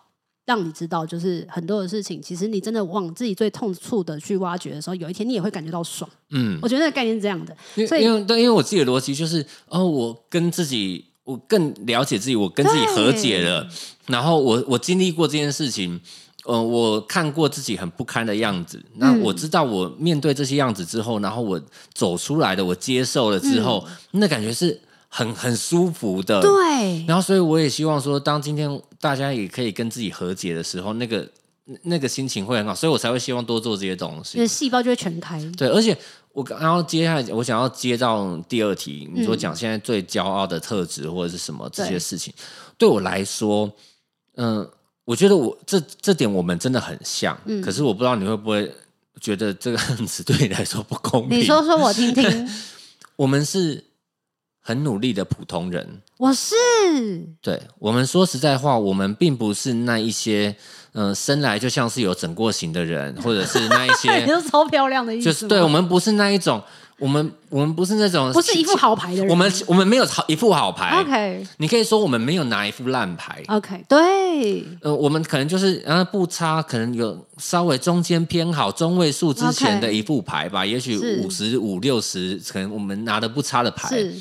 让你知道，就是很多的事情，其实你真的往自己最痛处的去挖掘的时候，有一天你也会感觉到爽。嗯，我觉得那个概念是这样的，因所为以因为对，因为我自己的逻辑就是，哦，我跟自己，我更了解自己，我跟自己和解了，然后我我经历过这件事情。呃，我看过自己很不堪的样子，那嗯我知道我面对这些样子之后，然后我走出来的，我接受了之后，那感觉是很很舒服的。嗯对，然后，所以我也希望说，当今天大家也可以跟自己和解的时候，那个那那个心情会很好，所以我才会希望多做这些东你的西。细胞就会全开。对，而且我刚然后接下来我想要接到第二题，你说嗯讲现在最骄傲的特质或者是什么这些事情，对我来说，嗯、我觉得我这这点我们真的很像，嗯可是我不知道你会不会觉得这个样 子对你来说不公平。你说说我听听，我们是很努力的普通人，我是对我们说实在话，我们并不是那一些，嗯、生来就像是有整过型的人，或者是那 一你些，是超漂亮的意思就吗，是对我们不是那一种，我们我们不是那种，不是一副，好牌的人。我们我们没有好一副好牌 OK 哦你可以说我们没有拿一副烂牌， OK 对呃，我们可能就是啊不差，可能有稍微中间偏好中位数之前 OK 的一副牌吧也许是五十五六十，可能我们拿的不差的牌，是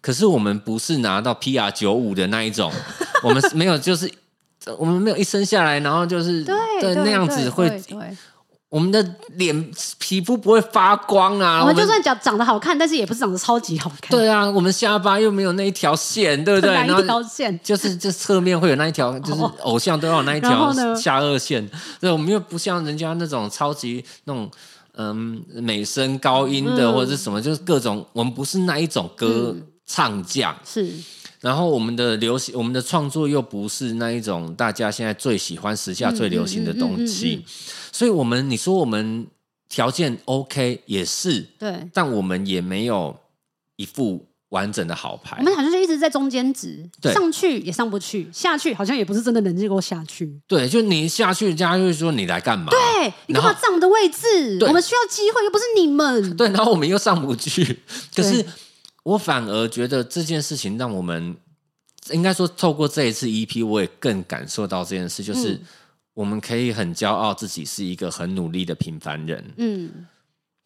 可是我们不是拿到 PR 九五的那 一种，我们是没有就是。呃我们没有一生下来，然后就是对对那样对子会对，对我们的脸皮肤不会发光啊。我我们们就算长长得好看，但是也不是长得超级好看，， 对啊，我们下巴又没有那一条线，对不对？哪然一条后线？就是这侧面会有那一条，就是偶像都要有那一然条后呢下颚线。对，我们又不像人家那种超级那种嗯美声高音的、嗯或者是什么，就是各种我们不是那一种歌唱家。是然后我们的流行，我们的创作又不是那一种大家现在最喜欢、时下最流行的东西，嗯嗯嗯嗯所以我们你说我们条件 OK 也是，对。但我们也没有一副完整的好牌我。们好像就一直在中间值，对上去也上不去，下去好像也不是真的能够下去。对，就你下去，人家就会说你来干嘛？对，你干嘛啊然后占我们的位置？对我们需要机会，又不是你们。 对，然后我们又上不去。可对是我反而觉得这件事情让我们，应该说透过这一次 EP，我也更感受到这件事，就是嗯我们可以很骄傲自己是一个很努力的平凡人，嗯，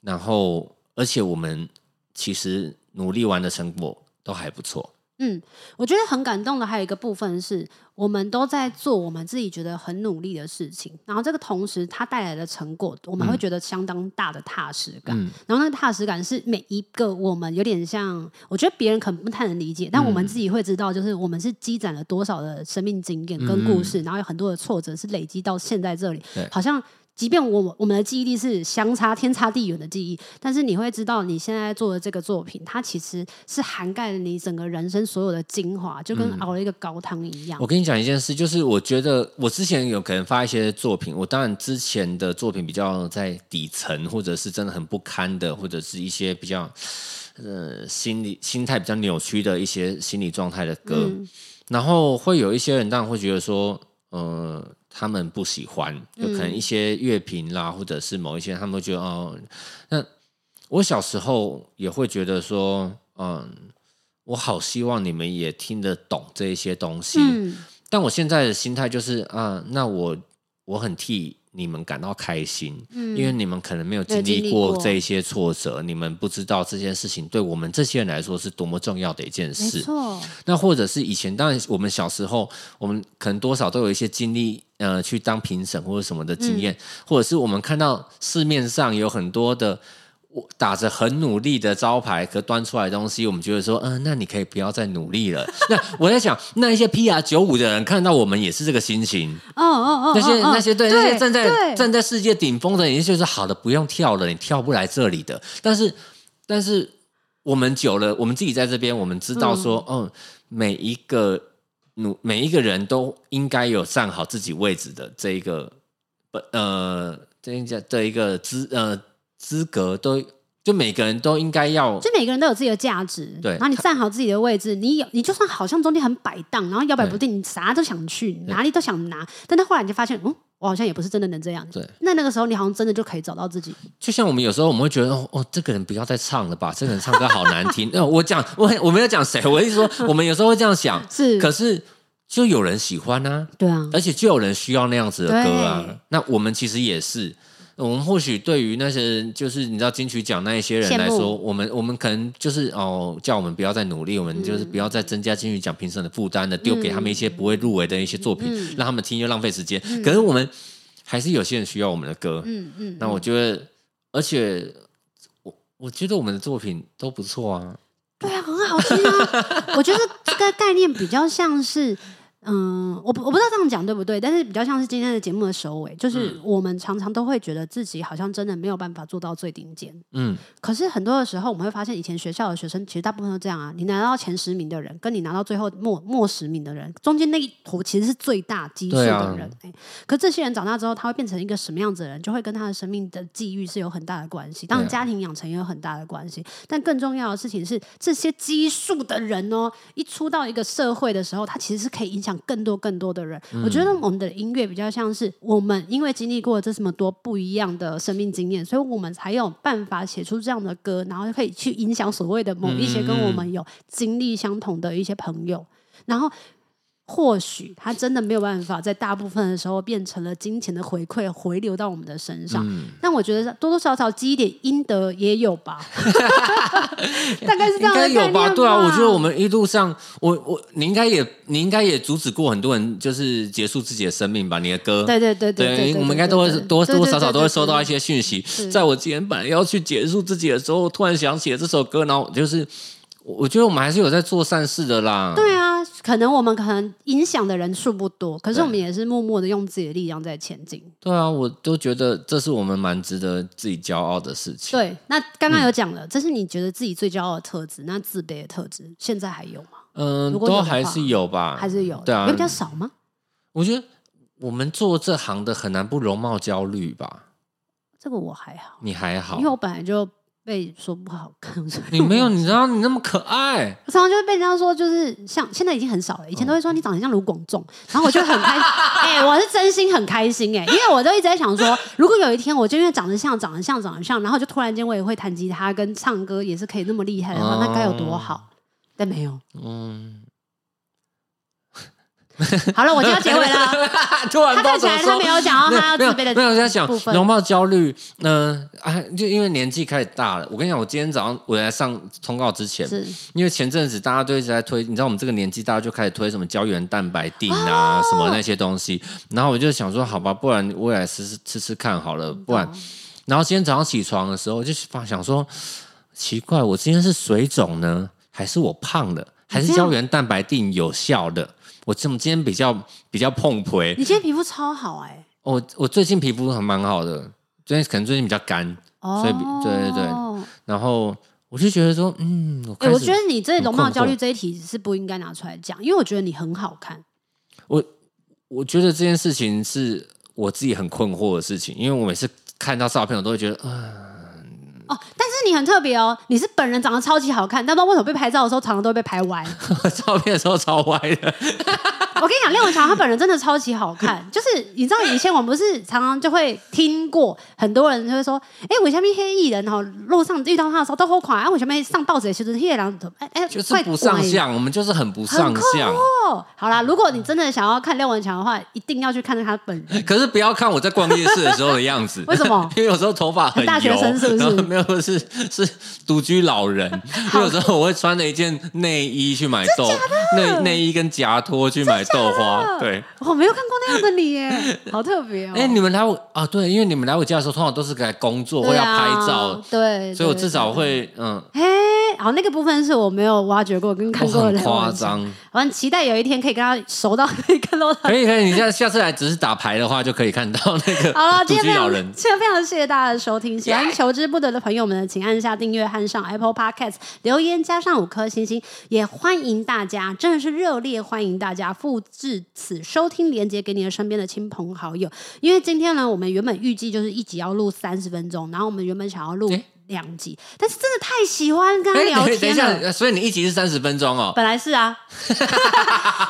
然后而且我们其实努力完的成果都还不错。嗯，我觉得很感动的还有一个部分是，我们都在做我们自己觉得很努力的事情，然后这个同时它带来的成果，我们会觉得相当大的踏实感。嗯然后那个踏实感是每一个我们有点像，我觉得别人可能不太能理解，但我们自己会知道，就是我们是积攒了多少的生命经验跟故嗯事，然后有很多的挫折是累积到现在这里对，好像。即便我我们的记忆力是相差天差地远的记忆，但是你会知道你现在做的这个作品，它其实是涵盖了你整个人生所有的精华，就嗯跟熬了一个高汤一样。我跟你讲一件事，就是我觉得我之前有可能发一些作品，我当然之前的作品比较在底层，或者是真的很不堪的，或者是一些比较呃心理心态比较扭曲的一些心理状态的歌，嗯然后会有一些人当然会觉得说，呃，他们不喜欢，有可能一些乐评啦，或者是某一些他们会觉得哦，那我小时候也会觉得说，嗯。我好希望你们也听得懂这一些东西，嗯，但我现在的心态就是啊，那我我很替你们感到开心，因为你们可能没有经没有嗯经历历过过这一些挫折，你们不知道这件事情对我们这些人来说是多么重要的一件没事。错，那或者是以前，当然我们小时候，我们可能多少都有一些经历，呃，去当评审或者什么的经验，或者是我们看到市面上有很多的。我打着很努力的招牌，可端出来的东西，我们觉得说，嗯、那你可以不要再努力了。 那我在想，那一些 PR 九五的人看到我们也是这个心情，哦哦哦，那些哦哦那些对那些站在对站在世界顶峰的人，也就是好的不用跳了，你跳不来这里的。但是但是我们久了，我们自己在这边，我们知道说，嗯、每一个努每一个人都应该有站好自己位置的这一个本呃这一个这一个资呃资格都。就每个人都应该要就每个人都有自己的价值，对然后你站好自己的位置，你有你就算好像中间很摆荡，然后摇摆不定，你啥都想去，哪里都想拿，但到后来你就发现，嗯，我好像也不是真的能这样。对，那那个时候你好像真的就可以找到自己。就像我们有时候我们会觉得哦哦，这个人不要再唱了吧，这个人唱歌好难听。那我讲我我没有讲谁，我一说我们有时候会这样想，是可是就有人喜欢啊，对啊，而且就有人需要那样子的歌对啊。那我们其实也是，我们或许对于那些人就是你知道金曲奖那一些人来羡慕说，嗯我们我们可能就是哦，叫我们不要再努力，我们就是不要再增加金曲奖评审的负担了，啊丢给他们一些不会入围的一些作品，嗯让他们听又浪费时间。可是我们还是有些人需要我们的歌，嗯嗯，那我觉得，而且我我觉得我们的作品都不错啊。对啊，很好听啊。 我觉得这个概念比较像是。嗯，我不我不知道这样讲对不对，但是比较像是今天的节目的收尾，嗯就是我们常常都会觉得自己好像真的没有办法做到最顶尖，嗯，可是很多的时候，我们会发现，以前学校的学生其实大部分都这样啊。你拿到前十名的人，跟你拿到最后末末十名的人，中间那一坨其实是最大基数对啊的人、欸可这些人长大之后，他会变成一个什么样子的人，就会跟他的生命的际遇是有很大的关系。当然，对啊家庭养成也有很大的关系。但更重要的事情是，这些基数的人哦，一出到一个社会的时候，他其实是可以影响更多更多的人。我觉得我们的音乐比较像是我们因为经历过这么多不一样的生命经验，所以我们才有办法写出这样的歌，然后可以去影响所谓的某一些跟我们有经历相同的一些朋友，然后。或许他真的没有办法在大部分的时候变成了金钱的回馈，回流到我们的身上。嗯但我觉得多多少少积一点阴德也有 吧，大概是这样的应该概有念吧？对啊，吧我觉得我们一路上，我我你应该也你应该也阻止过很多人，就是结束自己的生命吧？你的歌，对对对对对，我们应该都会多多少少都会收到一些。些讯息。在我今天本来要去结束自己的时候，我突然想起了这首歌，然后就是我我觉得我们还是有在做善事的啦。对啊，可能我们可能影响的人数不多，可是对我们也是默默的用自己的力量在前进。对啊，我都觉得这是我们蛮值得自己骄傲的事情。对，那刚嗯刚有讲了，这是你觉得自己最骄傲的特质，那自卑的特质现在还有吗？嗯，如果有都的还话是有吧，还是有？对啊有比较少吗？我觉得我们做这行的很难不容貌焦虑吧？这个我还好，你还好因为，我本来就被说不好看， 所以 你没有，你知道你那么可爱，我常常就会被人家说，就是像现在已经很少了，以前都哦会说你长得像卢广仲，然后我就很开心，哎、我是真心很开心哎、因为我都一直在想说，如果有一天我就因为长得像、长得像、长得像，然后就突然间我也会弹吉他跟唱歌，也是可以那么厉害的话，那该有多哦好。 但没有，嗯，好了，我就要结尾 了。，突然他不知道看起来怎么他说没。有讲到他要没有自卑的没有，我在想部分容貌焦虑，嗯、啊，就因为年纪开始大了。我跟你讲，我今天早上我来上通告之前，是因为前阵子大家都一直在推，你知道我们这个年纪，大家就开始推什么胶原蛋白锭哦啊，什么那些东西。然后我就想说，好吧，不然我也来吃吃吃吃看好了，不哦然。然后今天早上起床的时候，我就发想说，奇怪，我今天是水肿呢，还是我胖了，还是这样胶原蛋白锭有效的？我怎么今天比较比较碰回？你今天皮肤超好哎、我我最近皮肤还蛮好的，最近可能最近比较干，哦，所以比对对对然后我就觉得说，嗯，我哎、开我始觉得你这很容貌困焦虑惑这一题是不应该拿出来讲，因为我觉得你很好看。我觉得这件事情是我自己很困惑的事情，因为我每次看到照片，我都会觉得，啊、 哦，但是你很特别哦，你是本人长 得超级好看，但不知道为什么被拍照的时候常常都会被拍歪，照片的时候超歪的，我跟你讲，廖文强他本人真的超级好看， 就是你知道以前我们不是常常就会听过很多人就会说，哎、我下面黑艺人哦，路上遇到他的时候都好款，哎、我下面上报纸的时候，黑人哎哎，就是快不上拐相，我们就是很不上相。哦。好啦，如果你真的想要看廖文强的话，一定要去看他本人。 可是不要看我在逛夜市的时候的样子，为什么因为有时候头发很油大学生是不是然后没有，不是是独居老人。因为有时候我会穿了一件内衣去买豆，内内衣跟夹拖去买豆花。对，我哦没有看过那样的你耶，好特别哦。 哎、你们来我啊，对，因为你们来我家的时候，通常都是来工作或对要啊拍照，对，所以我对至少。会嗯，哎，嘿好，那个部分是我没有挖掘过跟 看我过的哦很廖文强夸。张。我很期待有一天可以跟他 熟到可以看到他。 可以可以，你下下次来只是打牌的话，就可以看到那个好 了，独今天居非老常人。今天非常谢谢大家的收听。喜欢求之不得的朋友们呢，请按下订阅和上 Apple Podcast 留言加上五颗星星，也欢迎大家，真的是热烈欢迎大家复制此收听链接给你的身边的亲朋好友。因为今天呢，我们原本预计就是一集要录三十分钟，然后我们原本想要录诶两集，但是真的太喜欢跟他哎聊等等一天了。下，所以你一集是三十分钟哦。 本来是啊，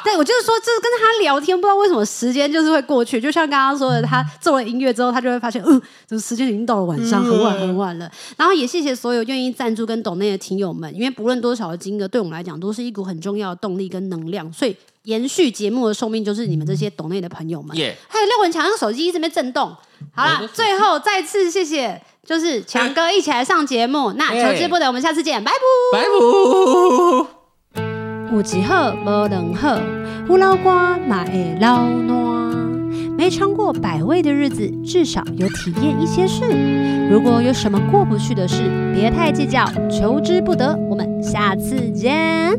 对我就是说，就是跟他聊天，不知道为什么时间就是会过去。就像刚刚说的，他做了音乐之后，他就会发现，嗯，怎么时间已经到了晚上，很晚很晚了。然后也谢谢所有愿意赞助跟懂内的听友们，因为不论多少的金额，对我们来讲都是一股很重要的动力跟能量。所以延续节目的寿命，就是你们这些懂内的朋友们。耶、还有廖文强用手机一直没震动。好啦我都，最后再次谢谢，就是强哥一起来上节目。那哎求之不得，我们下次见，拜拜。白虎。有一好无两好，有老瓜嘛会老烂。没尝过百味的日子，至少有体验一些事。如果有什么过不去的事，别太计较，求之不得。我们下次见。